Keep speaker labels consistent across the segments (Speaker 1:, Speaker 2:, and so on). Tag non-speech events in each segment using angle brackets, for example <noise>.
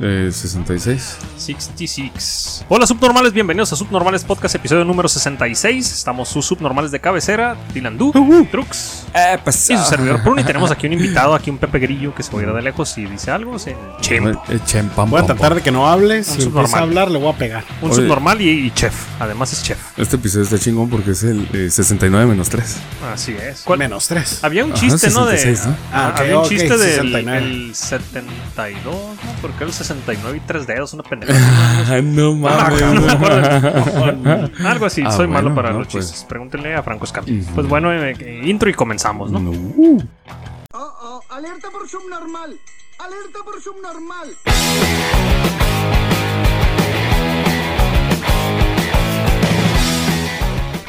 Speaker 1: Eh, 66.
Speaker 2: 66. Hola subnormales, bienvenidos a Subnormales Podcast, episodio número 66. Estamos sus subnormales de cabecera, Dylan Du, Trux
Speaker 3: Eh,
Speaker 2: y su
Speaker 1: Ah.
Speaker 2: servidor Prun. Y tenemos aquí un invitado, aquí un Pepe Grillo que se va a ir de lejos y dice algo. se- Chimp.
Speaker 1: Eh, chen, pam,
Speaker 4: Voy a
Speaker 1: pam,
Speaker 4: tratar de que no hable. Si
Speaker 2: subnormal.
Speaker 4: empieza a hablar, le voy a pegar.
Speaker 2: Un
Speaker 1: Oye.
Speaker 2: subnormal y, y chef. Además es chef.
Speaker 1: pam. Este episodio está chingón porque es el eh, 69 menos 3.
Speaker 2: Así es. ¿Cuál- Ah,
Speaker 4: Menos tres.
Speaker 2: Había un
Speaker 1: Ajá,
Speaker 2: chiste, ¿no? De,
Speaker 1: 66, ¿no?
Speaker 2: Ah,
Speaker 4: Ah, ok,
Speaker 2: había un
Speaker 4: ok,
Speaker 2: chiste del
Speaker 4: 69.
Speaker 2: el 72, ¿no? Porque el 69 y tres dedos, una pendejada.
Speaker 1: no
Speaker 2: No me <laughs> acuerdo. Algo así,
Speaker 1: Ah,
Speaker 2: soy malo
Speaker 1: bueno,
Speaker 2: para
Speaker 1: no,
Speaker 2: los
Speaker 1: pues.
Speaker 2: chistes. Pregúntenle a Franco Escamilla. Pues bueno, eh, eh, intro y comenzamos, ¿no?
Speaker 1: No, uh,
Speaker 5: Oh, oh, alerta por subnormal. Alerta por subnormal.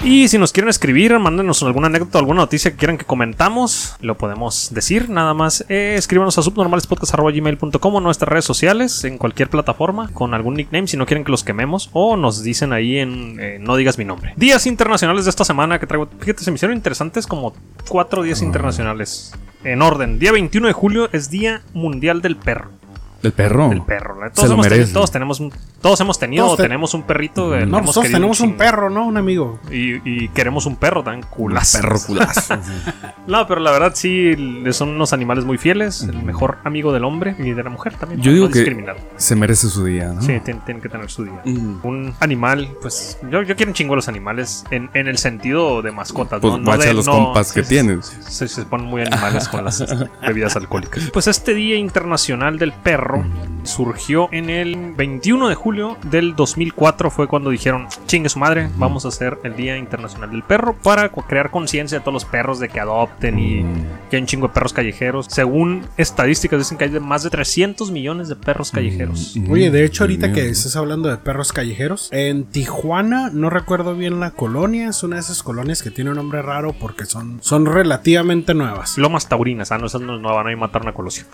Speaker 2: Y si nos quieren escribir, mándenos alguna anécdota, alguna noticia que quieran que comentamos, lo podemos decir. Nada más, eh, escríbanos a subnormalespodcast.gmail.com o nuestras redes sociales, en cualquier plataforma, con algún nickname si no quieren que los quememos, o nos dicen ahí en eh, No digas mi nombre. Días internacionales de esta semana que traigo. Fíjate, se me hicieron interesantes como cuatro
Speaker 1: Ah.
Speaker 2: días internacionales. En orden, día 21 de julio es Día Mundial del Perro.
Speaker 1: el perro.
Speaker 2: Del perro. ¿no?
Speaker 1: Oh, Se
Speaker 2: Todos,
Speaker 1: lo
Speaker 2: hemos tenido,
Speaker 1: merece.
Speaker 2: todos tenemos, un- todos hemos tenido
Speaker 4: Todos
Speaker 2: o
Speaker 4: te-
Speaker 2: tenemos un perrito. eh,
Speaker 4: No,
Speaker 2: hemos
Speaker 4: pues todos
Speaker 2: querido
Speaker 4: tenemos un
Speaker 2: chingo.
Speaker 4: perro, ¿no? Un amigo.
Speaker 2: Y, y queremos un perro tan culazo.
Speaker 1: Perro culazo.
Speaker 2: No, pero la verdad sí l- son unos animales muy fieles. El mejor amigo del hombre y de la mujer también.
Speaker 1: Yo
Speaker 2: para
Speaker 1: digo
Speaker 2: no
Speaker 1: que- Ah.
Speaker 2: discriminar.
Speaker 1: Se merece su día, ¿no?
Speaker 2: Sí, tien- tienen, que tener su día.
Speaker 1: Mm.
Speaker 2: Un animal, pues yo, yo quiero un chingo a los animales en, en el sentido de mascotas.
Speaker 1: Pues
Speaker 2: ¿no? No
Speaker 1: guacha
Speaker 2: de-
Speaker 1: los
Speaker 2: no-
Speaker 1: compas que
Speaker 2: sí, sí,
Speaker 1: tienes.
Speaker 2: se, se ponen muy animales con
Speaker 4: <laughs>
Speaker 2: las bebidas alcohólicas. Pues este Día Internacional del Perro surgió en el 21 de julio del 2004. Fue cuando dijeron, chingue su madre, vamos a hacer el Día Internacional del Perro para co- crear conciencia de todos los perros de que adopten y
Speaker 4: Mm.
Speaker 2: que hay un chingo de perros callejeros. Según estadísticas dicen que hay de más de 300 millones de perros callejeros.
Speaker 1: Mm,
Speaker 4: Oye, de hecho,
Speaker 1: Dios
Speaker 4: ahorita
Speaker 1: mío.
Speaker 4: que estás hablando de perros callejeros, en Tijuana, no recuerdo bien la colonia, es una de esas colonias que tiene un nombre raro porque son, son relativamente nuevas. <laughs>
Speaker 2: Lomas taurinas, ah, no, esas no, no van a ir a matar una colosio.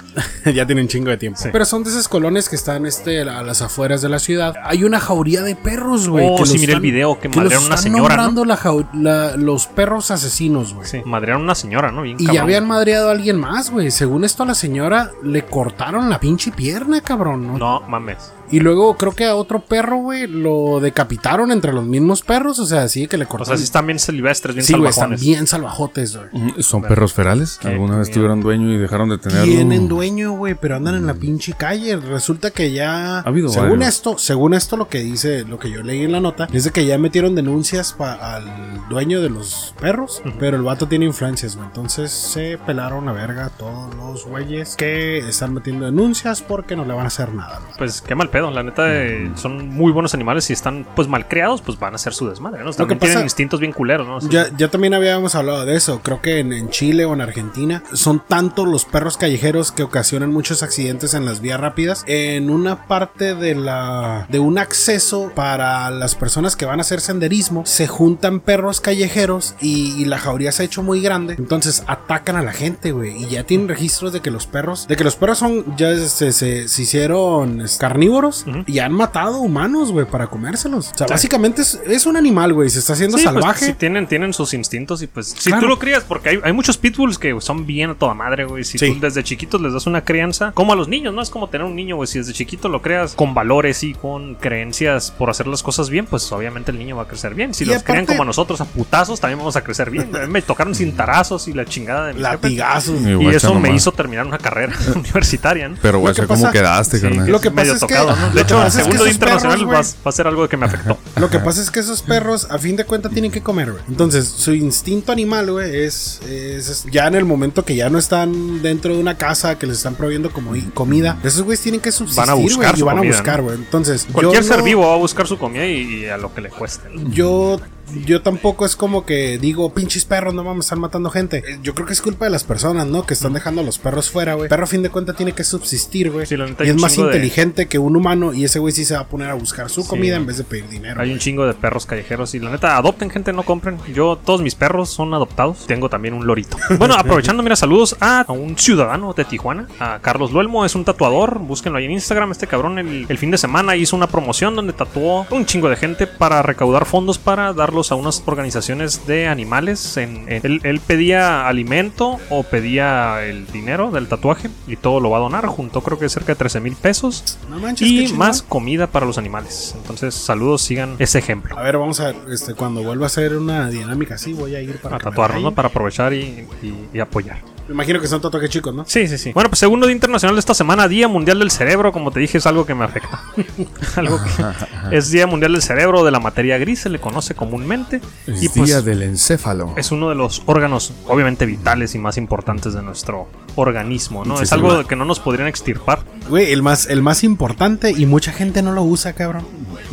Speaker 4: ya tienen chingo de tiempo. Pero son de esas colonias que están este, a las afueras de la ciudad. Hay una jauría de perros, güey.
Speaker 2: Oh,
Speaker 4: que
Speaker 2: sí,
Speaker 4: los
Speaker 2: miré el
Speaker 4: están-
Speaker 2: video que
Speaker 4: que los
Speaker 2: madrearon una
Speaker 4: están
Speaker 2: señora, ¿no?
Speaker 4: nombrando la jau- la- los perros asesinos, güey.
Speaker 2: Sí, madrearon una señora, ¿no? Bien
Speaker 4: Y
Speaker 2: cabrón.
Speaker 4: ya habían madreado a alguien más, güey. Según esto, a la señora le cortaron la pinche pierna, cabrón, ¿no?
Speaker 2: No mames.
Speaker 4: Y luego creo que a otro perro, güey, lo decapitaron entre los mismos perros. O sea, así que le
Speaker 2: O
Speaker 4: cortaron.
Speaker 2: sea, sí están bien silvestres, bien
Speaker 4: sí, güey, están
Speaker 2: salvajones.
Speaker 4: bien salvajotes, güey.
Speaker 1: Mm, ¿Son perros ferales? ¿Alguna vez
Speaker 2: miedo.
Speaker 1: tuvieron dueño y dejaron de tenerlo?
Speaker 4: Tienen dueño, güey, pero andan en la pinche calle. Resulta que ya.
Speaker 1: Mm. Ha habido
Speaker 4: según
Speaker 1: varios.
Speaker 4: esto, según esto, lo que dice, lo que yo leí en la nota, es de que ya metieron denuncias pa- al dueño de los perros. Pero el vato tiene influencias, güey. Entonces se pelaron a verga todos los güeyes que están metiendo denuncias porque no le van a hacer nada, güey.
Speaker 2: Pues qué mal pedo, la neta eh, son muy buenos animales y están pues mal criados, pues van a hacer su desmadre, ¿no? También
Speaker 4: pasa-
Speaker 2: tienen instintos bien culeros, ¿no? O sea,
Speaker 4: Ya, ya también habíamos hablado de eso. Creo que en, en Chile o en Argentina son tantos los perros callejeros que ocasionan muchos accidentes en las vías rápidas. En una parte de la de un acceso para las personas que van a hacer senderismo se juntan perros callejeros y, y la jauría se ha hecho muy grande. Entonces atacan a la gente, güey. Y ya tienen registros de que los perros, de que los perros son ya se, se- se hicieron es, carnívoros
Speaker 2: Ujú.
Speaker 4: y han matado humanos, güey, para comérselos. O sea, básicamente es, es un animal, güey. Se está haciendo
Speaker 2: sí, pues,
Speaker 4: salvaje.
Speaker 2: sí tienen, tienen sus instintos y pues si
Speaker 4: Claro.
Speaker 2: tú lo crías, porque hay, hay muchos pitbulls que son bien a toda madre, güey. Si
Speaker 4: Sí.
Speaker 2: tú desde chiquitos les das una crianza, como a los niños, ¿no? Es como tener un niño, güey. Si desde chiquito lo creas con valores y con creencias por hacer las cosas bien, pues obviamente el niño va a crecer bien. Si
Speaker 4: Y
Speaker 2: los crean
Speaker 4: aparte-
Speaker 2: como a nosotros a putazos, también vamos a crecer bien. A mí Me tocaron cintarazos y la chingada de mis jefes.
Speaker 4: Latigazos.
Speaker 1: Mi
Speaker 2: Y
Speaker 1: guacha
Speaker 2: eso me
Speaker 1: nomás.
Speaker 2: hizo terminar una carrera <laughs> universitaria, ¿no?
Speaker 1: Pero, guacha,
Speaker 4: que
Speaker 1: ¿cómo
Speaker 4: pasa-
Speaker 1: quedaste,
Speaker 2: Sí,
Speaker 1: carnal?
Speaker 4: Lo que
Speaker 2: medio
Speaker 4: pasa es que-
Speaker 2: tocado, ¿no?
Speaker 4: lo
Speaker 2: De
Speaker 4: que
Speaker 2: hecho,
Speaker 4: pasa
Speaker 2: el
Speaker 4: es que
Speaker 2: segundo día
Speaker 4: esos perros,
Speaker 2: internacional
Speaker 4: güey.
Speaker 2: va, a- va a ser algo que me
Speaker 4: <laughs>
Speaker 2: afectó.
Speaker 4: Lo que pasa es que esos perros, a fin de cuentas, tienen que comer, güey. Entonces, su instinto animal, güey, es, es- es- Ya en el momento que ya no están dentro de una casa, que les están prohibiendo como i- comida, esos güeyes tienen que subsistir,
Speaker 2: Van a buscar
Speaker 4: güey, y
Speaker 2: su
Speaker 4: van a
Speaker 2: comida,
Speaker 4: buscar,
Speaker 2: ¿no?
Speaker 4: güey. Entonces, yo
Speaker 2: Cualquier ser
Speaker 4: no-
Speaker 2: vivo va a buscar su comida y, y a lo que le cueste. ¿no?
Speaker 4: Yo. Yo tampoco es como que digo, pinches perros, no mames, están matando gente. Eh, Yo creo que es culpa de las personas, ¿no? Que están dejando a los perros fuera, güey. Perro, a fin de cuentas, tiene que subsistir, güey.
Speaker 2: Sí, la neta,
Speaker 4: y
Speaker 2: hay
Speaker 4: es
Speaker 2: un
Speaker 4: más
Speaker 2: chingo de-
Speaker 4: inteligente que un humano. Y ese güey sí se va a poner a buscar su
Speaker 2: Sí.
Speaker 4: comida en vez de pedir dinero.
Speaker 2: Hay
Speaker 4: güey.
Speaker 2: un chingo de perros callejeros y la neta, adopten gente, no compren. Yo, todos mis perros son adoptados. Tengo también un
Speaker 4: <laughs>
Speaker 2: lorito. Bueno, aprovechando, mira, saludos a, a un ciudadano de Tijuana, a Carlos Luelmo, es un tatuador. Búsquenlo ahí en Instagram. Este cabrón el, el fin de semana hizo una promoción donde tatuó un chingo de gente para recaudar fondos para dar los donativos a unas organizaciones de animales. En, en- él, él pedía alimento o pedía el dinero del tatuaje y todo lo va a donar. Juntó creo que cerca de 13 mil pesos
Speaker 4: No manches, qué
Speaker 2: y
Speaker 4: chingón.
Speaker 2: más comida para los animales. Entonces, saludos, sigan ese ejemplo.
Speaker 4: A ver, vamos a ver, este, cuando vuelva a hacer una dinámica así, voy a ir para
Speaker 2: A
Speaker 4: que me
Speaker 2: tatuarnos,
Speaker 4: rayen.
Speaker 2: ¿no? Para aprovechar y- y- y apoyar.
Speaker 4: Me imagino que son tatuajes chicos, ¿no?
Speaker 2: Sí, sí, sí. Bueno, pues segundo Día Internacional de esta semana, Día Mundial del Cerebro, como te dije, es algo que me afecta. <laughs> algo que es Día Mundial del Cerebro, de la materia gris, se le conoce comúnmente.
Speaker 1: El
Speaker 2: Y
Speaker 1: día
Speaker 2: pues
Speaker 1: del encéfalo.
Speaker 2: es uno de los órganos, obviamente, vitales y más importantes de nuestro organismo, ¿no?
Speaker 1: Sí,
Speaker 2: es
Speaker 1: sí,
Speaker 2: algo
Speaker 1: va.
Speaker 2: que no nos podrían extirpar
Speaker 4: Güey, el más, el más importante y mucha gente no lo usa, cabrón.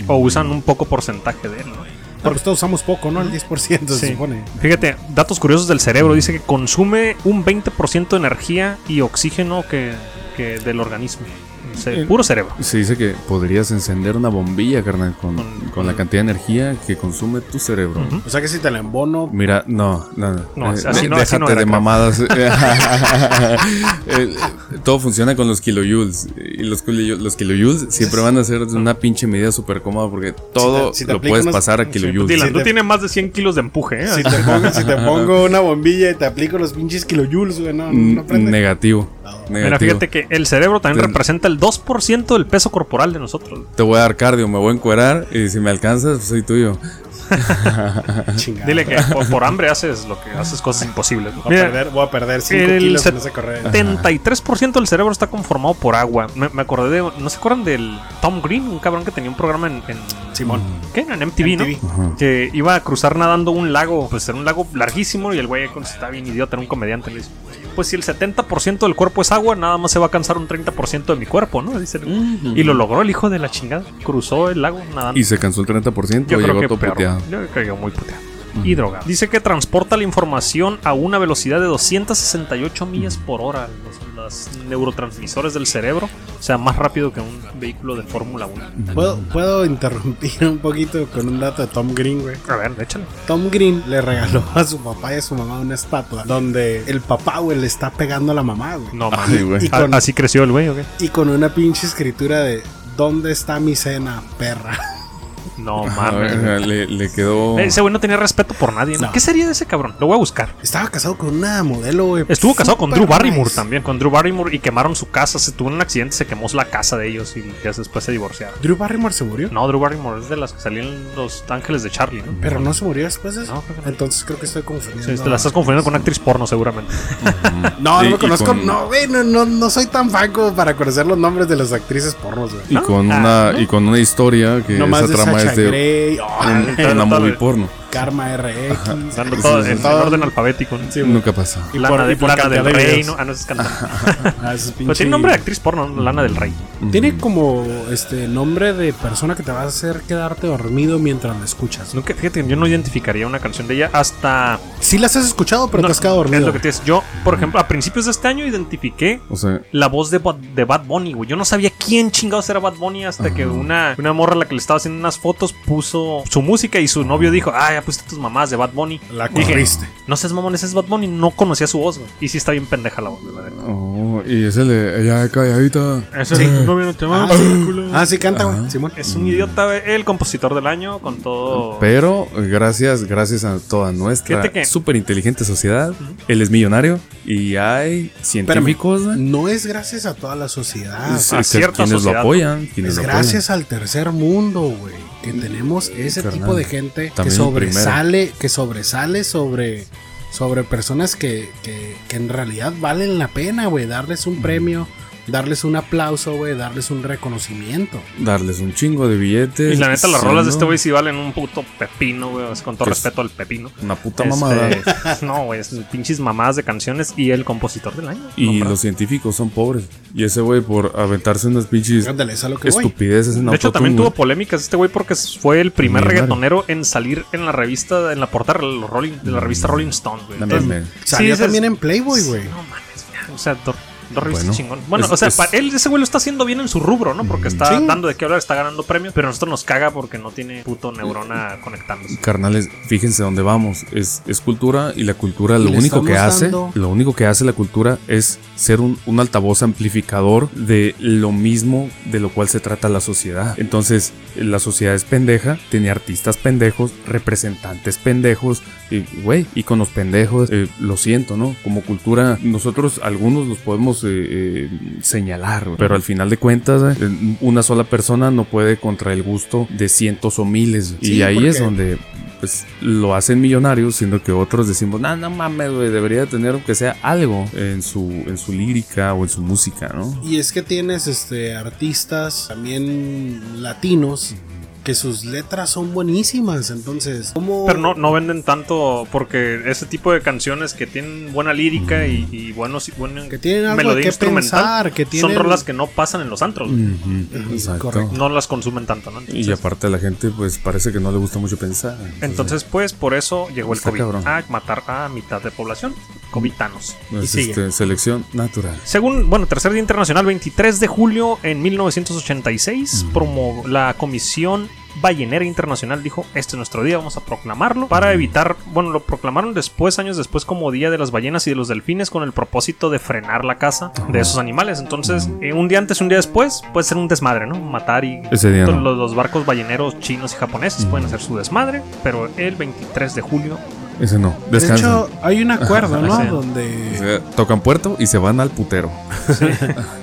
Speaker 2: o usan un poco porcentaje de él, ¿no?
Speaker 4: Porque todos usamos poco, ¿no? El 10% se
Speaker 2: Sí.
Speaker 4: supone.
Speaker 2: Fíjate, datos curiosos del cerebro. Dice que consume un 20% de energía y oxígeno que, que del organismo. Se-
Speaker 4: Eh,
Speaker 2: Puro cerebro.
Speaker 1: Se dice que podrías encender una bombilla, carnal, con,
Speaker 2: Con-
Speaker 1: con la cantidad de energía que consume tu cerebro.
Speaker 2: Ujú.
Speaker 4: O sea que si te la embono,
Speaker 1: Mira, no, no, no.
Speaker 2: No, así no, así no
Speaker 1: déjate
Speaker 2: era,
Speaker 1: de
Speaker 2: creo.
Speaker 1: mamadas.
Speaker 2: <laughs>
Speaker 1: <laughs> El- todo funciona con los kilojoules. Y los, kilo- los kilojoules siempre van a ser de una pinche medida súper cómoda porque todo
Speaker 4: si te
Speaker 1: lo
Speaker 4: aplica
Speaker 1: puedes
Speaker 4: unos-
Speaker 1: pasar a
Speaker 2: Dylan,
Speaker 1: kilojoules.
Speaker 2: tú
Speaker 4: te-
Speaker 2: tienes más de 100 kilos de empuje, ¿eh?
Speaker 4: si te pongo, si te pongo una bombilla y te aplico los pinches kilojoules, güey, no, no
Speaker 1: N-
Speaker 4: prende.
Speaker 1: Negativo.
Speaker 2: Mira,
Speaker 1: Negativo.
Speaker 2: fíjate que el cerebro también
Speaker 1: Ten-
Speaker 2: representa el 2% del peso corporal de nosotros.
Speaker 1: Te voy a dar cardio, me voy a encuerar y si me alcanzas, pues, soy tuyo.
Speaker 4: Chingada.
Speaker 2: Dile que por, por hambre haces lo que haces cosas imposibles. ¿no?
Speaker 4: Voy a
Speaker 2: Mira,
Speaker 4: perder, voy a perder 5
Speaker 2: el
Speaker 4: kilos
Speaker 2: set-
Speaker 4: en ese correr.
Speaker 2: 73% del cerebro está conformado por agua. Me, me acordé de. ¿No se acuerdan del Tom Green? Un cabrón que tenía un programa en. en-
Speaker 4: Simón.
Speaker 2: ¿Qué? En MTV, ¿no?
Speaker 4: MTV.
Speaker 1: Ajá.
Speaker 2: Que iba a cruzar nadando un lago. Pues era un lago larguísimo y el güey con- estaba bien idiota, era un comediante. Le dice: Pues si el 70% del cuerpo es agua, nada más se va a cansar un 30% de mi cuerpo, ¿no? Dice, Y lo logró el hijo de la chingada. Cruzó el lago nadando.
Speaker 1: Y se cansó el 30%,
Speaker 2: Yo creo
Speaker 1: llegó
Speaker 2: que
Speaker 1: todo
Speaker 2: peor.
Speaker 1: puteado.
Speaker 2: Yo creo que llegó muy puteado. Y drogado. Dice que transporta la información a una velocidad de 268 millas por hora. Los, los neurotransmisores del cerebro. O sea, más rápido que un vehículo de Fórmula 1.
Speaker 4: ¿Puedo, puedo interrumpir un poquito con un dato de Tom Green, güey.
Speaker 2: A ver, échale.
Speaker 4: Tom Green le regaló a su papá y a su mamá una estatua donde el papá, güey, le está pegando a la mamá, güey.
Speaker 2: No
Speaker 1: Ay,
Speaker 2: mames.
Speaker 1: güey.
Speaker 4: Y con-
Speaker 2: A- Así creció el güey, ¿o qué?
Speaker 4: Y con una pinche escritura de ¿Dónde está mi cena, perra? <laughs>
Speaker 2: Ah, No
Speaker 1: A
Speaker 2: mames.
Speaker 1: ver, le, le quedó.
Speaker 2: Eh, Ese güey no tenía respeto por nadie. ¿no?
Speaker 4: No.
Speaker 2: ¿Qué sería de ese cabrón? Lo voy a buscar.
Speaker 4: Estaba casado con una modelo, güey.
Speaker 2: Estuvo casado con
Speaker 4: Super
Speaker 2: Drew Barrymore
Speaker 4: nice.
Speaker 2: también. Con Drew Barrymore y quemaron su casa. Se tuvo un accidente, se quemó la casa de ellos y días después se divorciaron.
Speaker 4: ¿Drew Barrymore se murió?
Speaker 2: No, Drew Barrymore es de las que salían los ángeles de Charlie, ¿no?
Speaker 4: Pero no se murió después de eso.
Speaker 2: No, creo que no.
Speaker 4: Entonces creo que estoy confundiendo.
Speaker 2: Sí, te la estás confundiendo con una actriz porno, seguramente.
Speaker 4: <laughs>
Speaker 2: <laughs>
Speaker 1: Y-
Speaker 4: No, no me
Speaker 1: y
Speaker 4: conozco.
Speaker 1: con-
Speaker 4: No, güey, no, no, no soy tan fan como para conocer los nombres de las actrices pornos, güey.
Speaker 1: Y
Speaker 2: ¿no?
Speaker 1: con
Speaker 2: Ah,
Speaker 1: una y con una historia que
Speaker 4: Nomás
Speaker 1: esa
Speaker 4: de
Speaker 1: trama
Speaker 4: Sacha
Speaker 1: es de
Speaker 4: Grey, oh,
Speaker 1: un- <laughs>
Speaker 2: Entonces,
Speaker 1: una
Speaker 2: todo
Speaker 1: movie
Speaker 2: el-
Speaker 1: porno.
Speaker 4: Karma RX.
Speaker 2: Dando
Speaker 1: Sí,
Speaker 2: todo
Speaker 1: sí,
Speaker 2: en,
Speaker 1: sí.
Speaker 2: en orden alfabético. ¿no?
Speaker 4: Sí, güey.
Speaker 1: Nunca pasa.
Speaker 4: Y
Speaker 2: Lana,
Speaker 4: por-
Speaker 2: de,
Speaker 4: y por
Speaker 2: Lana del
Speaker 4: cantidad de
Speaker 2: Rey,
Speaker 4: videos.
Speaker 2: ¿no? Ah, no, esa es <laughs> cantante.
Speaker 4: Ah, esos
Speaker 2: Pero
Speaker 4: pinche-
Speaker 2: Pues tiene nombre de actriz porno, ¿no? Lana del Rey.
Speaker 4: Tiene como este nombre de persona que te va a hacer quedarte dormido mientras la escuchas.
Speaker 2: Nunca, fíjate, yo no identificaría una canción de ella hasta.
Speaker 4: Sí las has escuchado, pero
Speaker 2: no,
Speaker 4: te has quedado
Speaker 2: Es
Speaker 4: dormido.
Speaker 2: lo que tienes. Yo, por ejemplo, a principios de este año identifiqué
Speaker 1: O sea,
Speaker 2: la voz de, Bad- de Bad Bunny, güey. Yo no sabía quién chingados era Bad Bunny hasta que una, una morra a la que le estaba haciendo unas fotos puso su música y su novio dijo, ah, ya pusiste tus mamás de Bad Bunny.
Speaker 4: La
Speaker 2: Dije,
Speaker 4: corriste.
Speaker 2: No seas mamón, ese es Bad Bunny. No conocía su voz, güey. Y sí está bien pendeja la voz, la verdad.
Speaker 1: oh, y es el de ella calladita.
Speaker 2: Eso no te
Speaker 4: Ah, sí. Ah, sí, canta, güey. Simón.
Speaker 2: Es un idiota, güey. el compositor del año con todo.
Speaker 1: Pero gracias, gracias a toda
Speaker 2: Fíjate que-
Speaker 1: nuestra súper inteligente sociedad, él es millonario y hay científicos güey,
Speaker 4: No es gracias a toda la sociedad.
Speaker 1: es-
Speaker 2: a
Speaker 1: que-
Speaker 2: cierta
Speaker 1: quienes
Speaker 2: sociedad,
Speaker 1: lo
Speaker 2: ¿no?
Speaker 1: apoyan, quienes
Speaker 4: Es
Speaker 1: lo
Speaker 4: Ah, Pues gracias al tercer mundo, güey. Que tenemos ese
Speaker 1: carnal.
Speaker 4: tipo de gente que
Speaker 1: También el
Speaker 4: sobresale, que sobresale sobre, sobre personas que, que, que en realidad valen la pena, güey. Darles un premio, darles un aplauso, güey, darles un reconocimiento.
Speaker 1: apoyan, darles un chingo de billetes.
Speaker 2: Y la neta, las rolas de este
Speaker 1: siendo
Speaker 2: güey sí valen un puto pepino, güey. o sea, Con todo
Speaker 1: Pues-
Speaker 2: respeto al pepino.
Speaker 1: una puta
Speaker 2: Este,
Speaker 1: mamada.
Speaker 2: <laughs> no, güey, es pinches mamadas de canciones y el compositor del año.
Speaker 1: Y
Speaker 2: No,
Speaker 1: los científicos son pobres. Y ese güey por aventarse unas pinches
Speaker 4: Ándale, es a lo que voy.
Speaker 1: estupideces en
Speaker 2: De hecho, también
Speaker 1: autotune,
Speaker 2: tuvo polémicas este güey porque fue el primer
Speaker 1: Millonario.
Speaker 2: reggaetonero en salir en la revista, en la portada de los Rolling- de la revista Rolling Stone, güey.
Speaker 1: güey. No
Speaker 4: Em,
Speaker 2: Entonces,
Speaker 1: mames.
Speaker 2: sí
Speaker 4: Salió
Speaker 2: dices,
Speaker 4: también en Playboy, güey.
Speaker 2: No mames, ya, o sea, do- Dos revistas
Speaker 1: Bueno,
Speaker 2: chingón. Bueno,
Speaker 1: es-
Speaker 2: o sea,
Speaker 1: es- Mm,
Speaker 2: pa- él, ese güey lo está haciendo bien en su rubro, ¿no? Porque está
Speaker 4: Sí.
Speaker 2: dando de qué hablar, está ganando premios, pero a nosotros nos caga porque no tiene puto neurona conectándose.
Speaker 1: Carnales, fíjense dónde vamos. Es, es cultura y la cultura lo
Speaker 4: Le
Speaker 1: único que
Speaker 4: estamos
Speaker 1: hace,
Speaker 4: dando-
Speaker 1: lo único que hace la cultura es ser un, un altavoz amplificador de lo mismo de lo cual se trata la sociedad. Entonces, la sociedad es pendeja, tiene artistas pendejos, representantes pendejos, y güey, y con los pendejos, eh, lo siento, ¿no? Como cultura, nosotros algunos los podemos eh, eh, señalar, güey, pero al final de cuentas, eh, una sola persona no puede contra el gusto de cientos o miles. y
Speaker 4: Sí,
Speaker 1: ahí es
Speaker 4: porque-
Speaker 1: donde donde, pues lo hacen millonarios, siendo que otros decimos, no, no mames, güey, debería tener aunque sea algo en su, en su lírica o en su música, ¿no?
Speaker 4: Y es que tienes este artistas también latinos que sus letras son buenísimas, entonces, ¿cómo
Speaker 2: Pero no, no venden tanto porque ese tipo de canciones que tienen buena lírica
Speaker 1: Mm.
Speaker 2: y, y buenos y buena
Speaker 4: que tienen algo
Speaker 2: melodía
Speaker 4: que
Speaker 2: instrumental
Speaker 4: pensar, que tienen
Speaker 2: son rolas que no pasan en los antros.
Speaker 1: Ujú,
Speaker 4: correcto.
Speaker 2: No las consumen tanto, ¿no?
Speaker 1: Mm. Y aparte a la gente, pues parece que no le gusta mucho pensar.
Speaker 2: Entonces, pues, por eso llegó el
Speaker 1: Está
Speaker 2: COVID
Speaker 1: cabrón.
Speaker 2: a matar a mitad de población, covitanos.
Speaker 1: pues,
Speaker 2: y sigue.
Speaker 1: este, selección natural.
Speaker 2: Según, bueno, Tercer Día Internacional, 23 de julio en 1986, promo- la Comisión Ballenera Internacional dijo, este es nuestro día, vamos a proclamarlo, para evitar, bueno, lo proclamaron después, años después, como Día de las Ballenas y de los Delfines, con el propósito de frenar la caza de esos animales. Entonces, eh, un día antes, un día después, puede ser un desmadre, ¿no? Matar y...
Speaker 1: Ese día
Speaker 2: to-
Speaker 1: no.
Speaker 2: los, los barcos balleneros chinos y japoneses pueden hacer su desmadre, pero el 23 de julio...
Speaker 1: Ese no.
Speaker 4: De
Speaker 1: Descansan.
Speaker 4: hecho, hay un acuerdo, ¿no?
Speaker 2: Sí.
Speaker 1: O
Speaker 4: Donde
Speaker 1: sea, tocan puerto y se van al putero.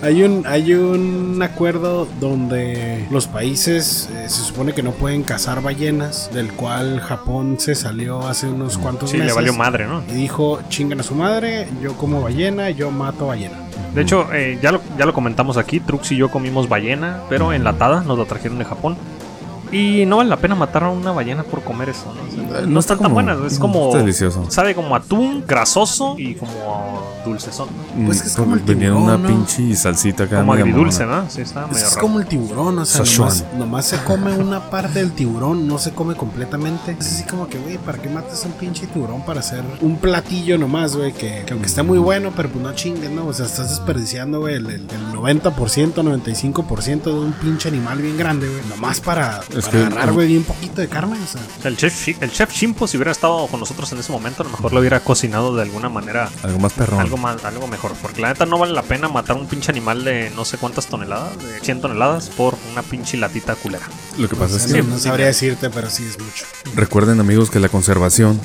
Speaker 4: hay un hay un acuerdo donde los países eh, se supone que no pueden cazar ballenas, del cual Japón se salió hace unos cuantos
Speaker 2: Sí,
Speaker 4: meses.
Speaker 2: le valió madre, ¿no?
Speaker 4: Y dijo, chingan a su madre, yo como ballena, yo mato ballena.
Speaker 2: De hecho, eh, ya, lo, ya lo comentamos aquí, Trux y yo comimos ballena, pero enlatada, nos la trajeron de Japón. Y no vale la pena matar a una ballena por comer eso, ¿no? O sea,
Speaker 1: Eh,
Speaker 2: no,
Speaker 1: no está
Speaker 2: están tan
Speaker 1: como-
Speaker 2: buenas, es
Speaker 1: no,
Speaker 2: como...
Speaker 1: está delicioso.
Speaker 2: Sabe como atún, grasoso y como dulcezón. ¿no?
Speaker 4: Pues que es como el
Speaker 1: Venían
Speaker 4: tiburón,
Speaker 1: Mm, una
Speaker 4: ¿no?
Speaker 1: pinche salsita acá.
Speaker 2: Como
Speaker 1: media
Speaker 2: agridulce,
Speaker 1: mamona.
Speaker 2: ¿no? Sí, está Ah, medio
Speaker 4: Es
Speaker 2: raro.
Speaker 4: como el tiburón, o sea, nomás,
Speaker 1: Szechuan.
Speaker 4: nomás se come una parte del tiburón, no se come completamente. Es así como que, güey, ¿para qué matas a un pinche tiburón para hacer un platillo nomás, güey? Que, que aunque está
Speaker 1: Mm.
Speaker 4: muy bueno, pero pues no chingues, ¿no? O sea, estás desperdiciando, güey, el, el- el 90%, 95% de un pinche animal bien grande, güey. Nomás para,
Speaker 1: Es
Speaker 4: para
Speaker 1: que-
Speaker 4: agarrar, güey, bien poquito de carne, o sea.
Speaker 2: El chef, Shi- el chef Shimpo, si hubiera estado con nosotros en ese momento, a lo mejor lo hubiera cocinado de alguna manera
Speaker 1: Algo más perrón.
Speaker 2: algo más, algo mejor. Porque la neta no vale la pena matar un pinche animal de no sé cuántas toneladas, de 100 toneladas, por una pinche latita culera.
Speaker 1: Lo que pasa es que
Speaker 4: no, no sabría decirte, pero sí es mucho.
Speaker 1: Recuerden amigos que la conservación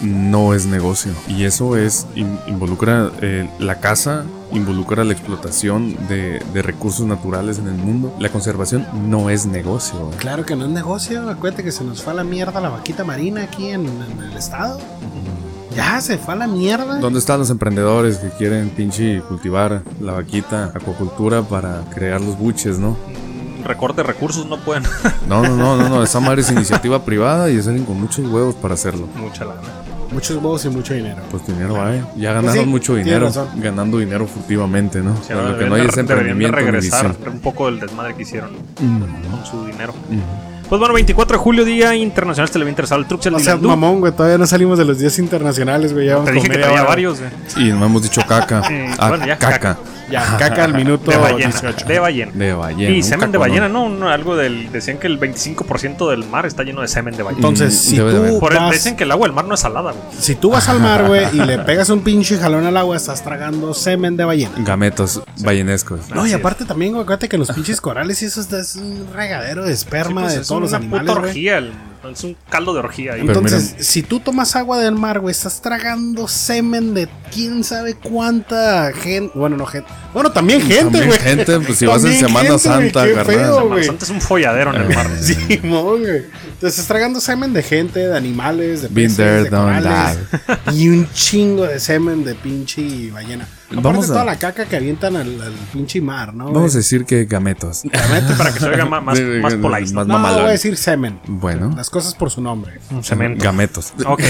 Speaker 1: no es negocio y eso es in- involucra eh, la caza, involucra la explotación de, de recursos naturales en el mundo. La conservación no es negocio.
Speaker 4: Claro que no es negocio, acuérdate que se nos fue a la mierda la vaquita marina aquí en, en el estado. Ya, se fue a la mierda.
Speaker 1: ¿Dónde están los emprendedores que quieren pinche cultivar la vaquita, acuacultura para crear los buches, no?
Speaker 2: Mm, Recorte de recursos no pueden.
Speaker 1: No, no, no, no, no, esa madre es iniciativa privada y salen con muchos huevos para hacerlo.
Speaker 2: Mucha lana.
Speaker 4: Muchos huevos y mucho dinero.
Speaker 1: Pues dinero hay. Ya ganaron
Speaker 4: sí,
Speaker 1: mucho
Speaker 4: tienes
Speaker 1: dinero,
Speaker 4: razón.
Speaker 1: ganando dinero furtivamente, ¿no? O sea, lo que no hay es
Speaker 2: deberían de
Speaker 1: emprendimiento ni
Speaker 2: regresar
Speaker 1: visión.
Speaker 2: un poco del desmadre que hicieron
Speaker 1: Mm,
Speaker 2: con su dinero.
Speaker 1: mm.
Speaker 2: Pues bueno, 24 de julio, Día Internacional, se le va a interesar el Trux, el
Speaker 4: O sea,
Speaker 2: Dilandú.
Speaker 4: mamón, güey, todavía no salimos de los días internacionales, güey. Ya vamos
Speaker 2: Te dije
Speaker 4: con
Speaker 2: que
Speaker 4: media
Speaker 2: traía
Speaker 4: hora.
Speaker 2: varios. eh.
Speaker 1: Y no hemos dicho caca.
Speaker 2: Eh,
Speaker 1: Ah,
Speaker 2: bueno, ya,
Speaker 1: caca.
Speaker 2: caca.
Speaker 4: Ya, caca al
Speaker 2: <laughs>
Speaker 4: minuto
Speaker 2: De ballena.
Speaker 4: 18.
Speaker 2: De ballena.
Speaker 1: De ballena.
Speaker 2: y
Speaker 1: un
Speaker 2: semen de
Speaker 1: caconón.
Speaker 2: ballena, ¿no? Un- algo del. Decían que el 25% del mar está lleno de semen de ballena.
Speaker 4: Entonces,
Speaker 1: Mm,
Speaker 4: si
Speaker 1: debe de
Speaker 4: tú,
Speaker 1: haber.
Speaker 2: Por el,
Speaker 4: vas,
Speaker 2: dicen que el agua del mar no es salada, güey.
Speaker 4: si tú vas al mar, güey, y
Speaker 2: <laughs>
Speaker 4: le pegas un pinche jalón al agua, estás tragando semen de ballena.
Speaker 1: Gametos ballenescos.
Speaker 4: No,
Speaker 2: Así
Speaker 4: y
Speaker 2: es.
Speaker 4: aparte también, güey, acuérdate que los pinches corales y eso es- es un regadero
Speaker 2: Sí,
Speaker 4: de esperma
Speaker 2: pues,
Speaker 4: de
Speaker 2: es
Speaker 4: todos los
Speaker 2: una
Speaker 4: animales,
Speaker 2: puta
Speaker 4: güey.
Speaker 2: orgía. el- es un caldo de orgía. ahí.
Speaker 1: Pero
Speaker 4: Entonces,
Speaker 1: mira-
Speaker 4: si tú tomas agua del mar, güey, estás tragando semen de quién sabe cuánta gente. Bueno, no gente. Bueno, también gente,
Speaker 1: También
Speaker 4: güey.
Speaker 1: gente, pues, si vas en
Speaker 4: También
Speaker 1: Semana
Speaker 4: gente, güey,
Speaker 1: Santa,
Speaker 4: qué
Speaker 1: carnal.
Speaker 4: feo,
Speaker 1: Semana
Speaker 4: güey.
Speaker 2: Bastante es un folladero en el mar.
Speaker 4: <laughs> Sí, mo, güey. Te estás tragando semen de gente, de animales, de
Speaker 1: Been there,
Speaker 4: de
Speaker 1: done
Speaker 4: corales, y un chingo de semen de pinche ballena. Aparte
Speaker 1: Vamos a-
Speaker 4: toda la caca que avientan al, al pinche mar, ¿no?
Speaker 1: Vamos a
Speaker 4: güey?
Speaker 1: decir que gametos. <laughs>
Speaker 2: Para que se oiga ma- más,
Speaker 1: Sí,
Speaker 2: más
Speaker 1: sí,
Speaker 2: polite.
Speaker 1: más-
Speaker 2: ¿no?
Speaker 4: No,
Speaker 1: mamalón.
Speaker 4: voy a decir semen.
Speaker 1: Bueno.
Speaker 4: Las cosas por su nombre.
Speaker 2: Un cemento.
Speaker 1: Gametos. <laughs>
Speaker 2: Ok.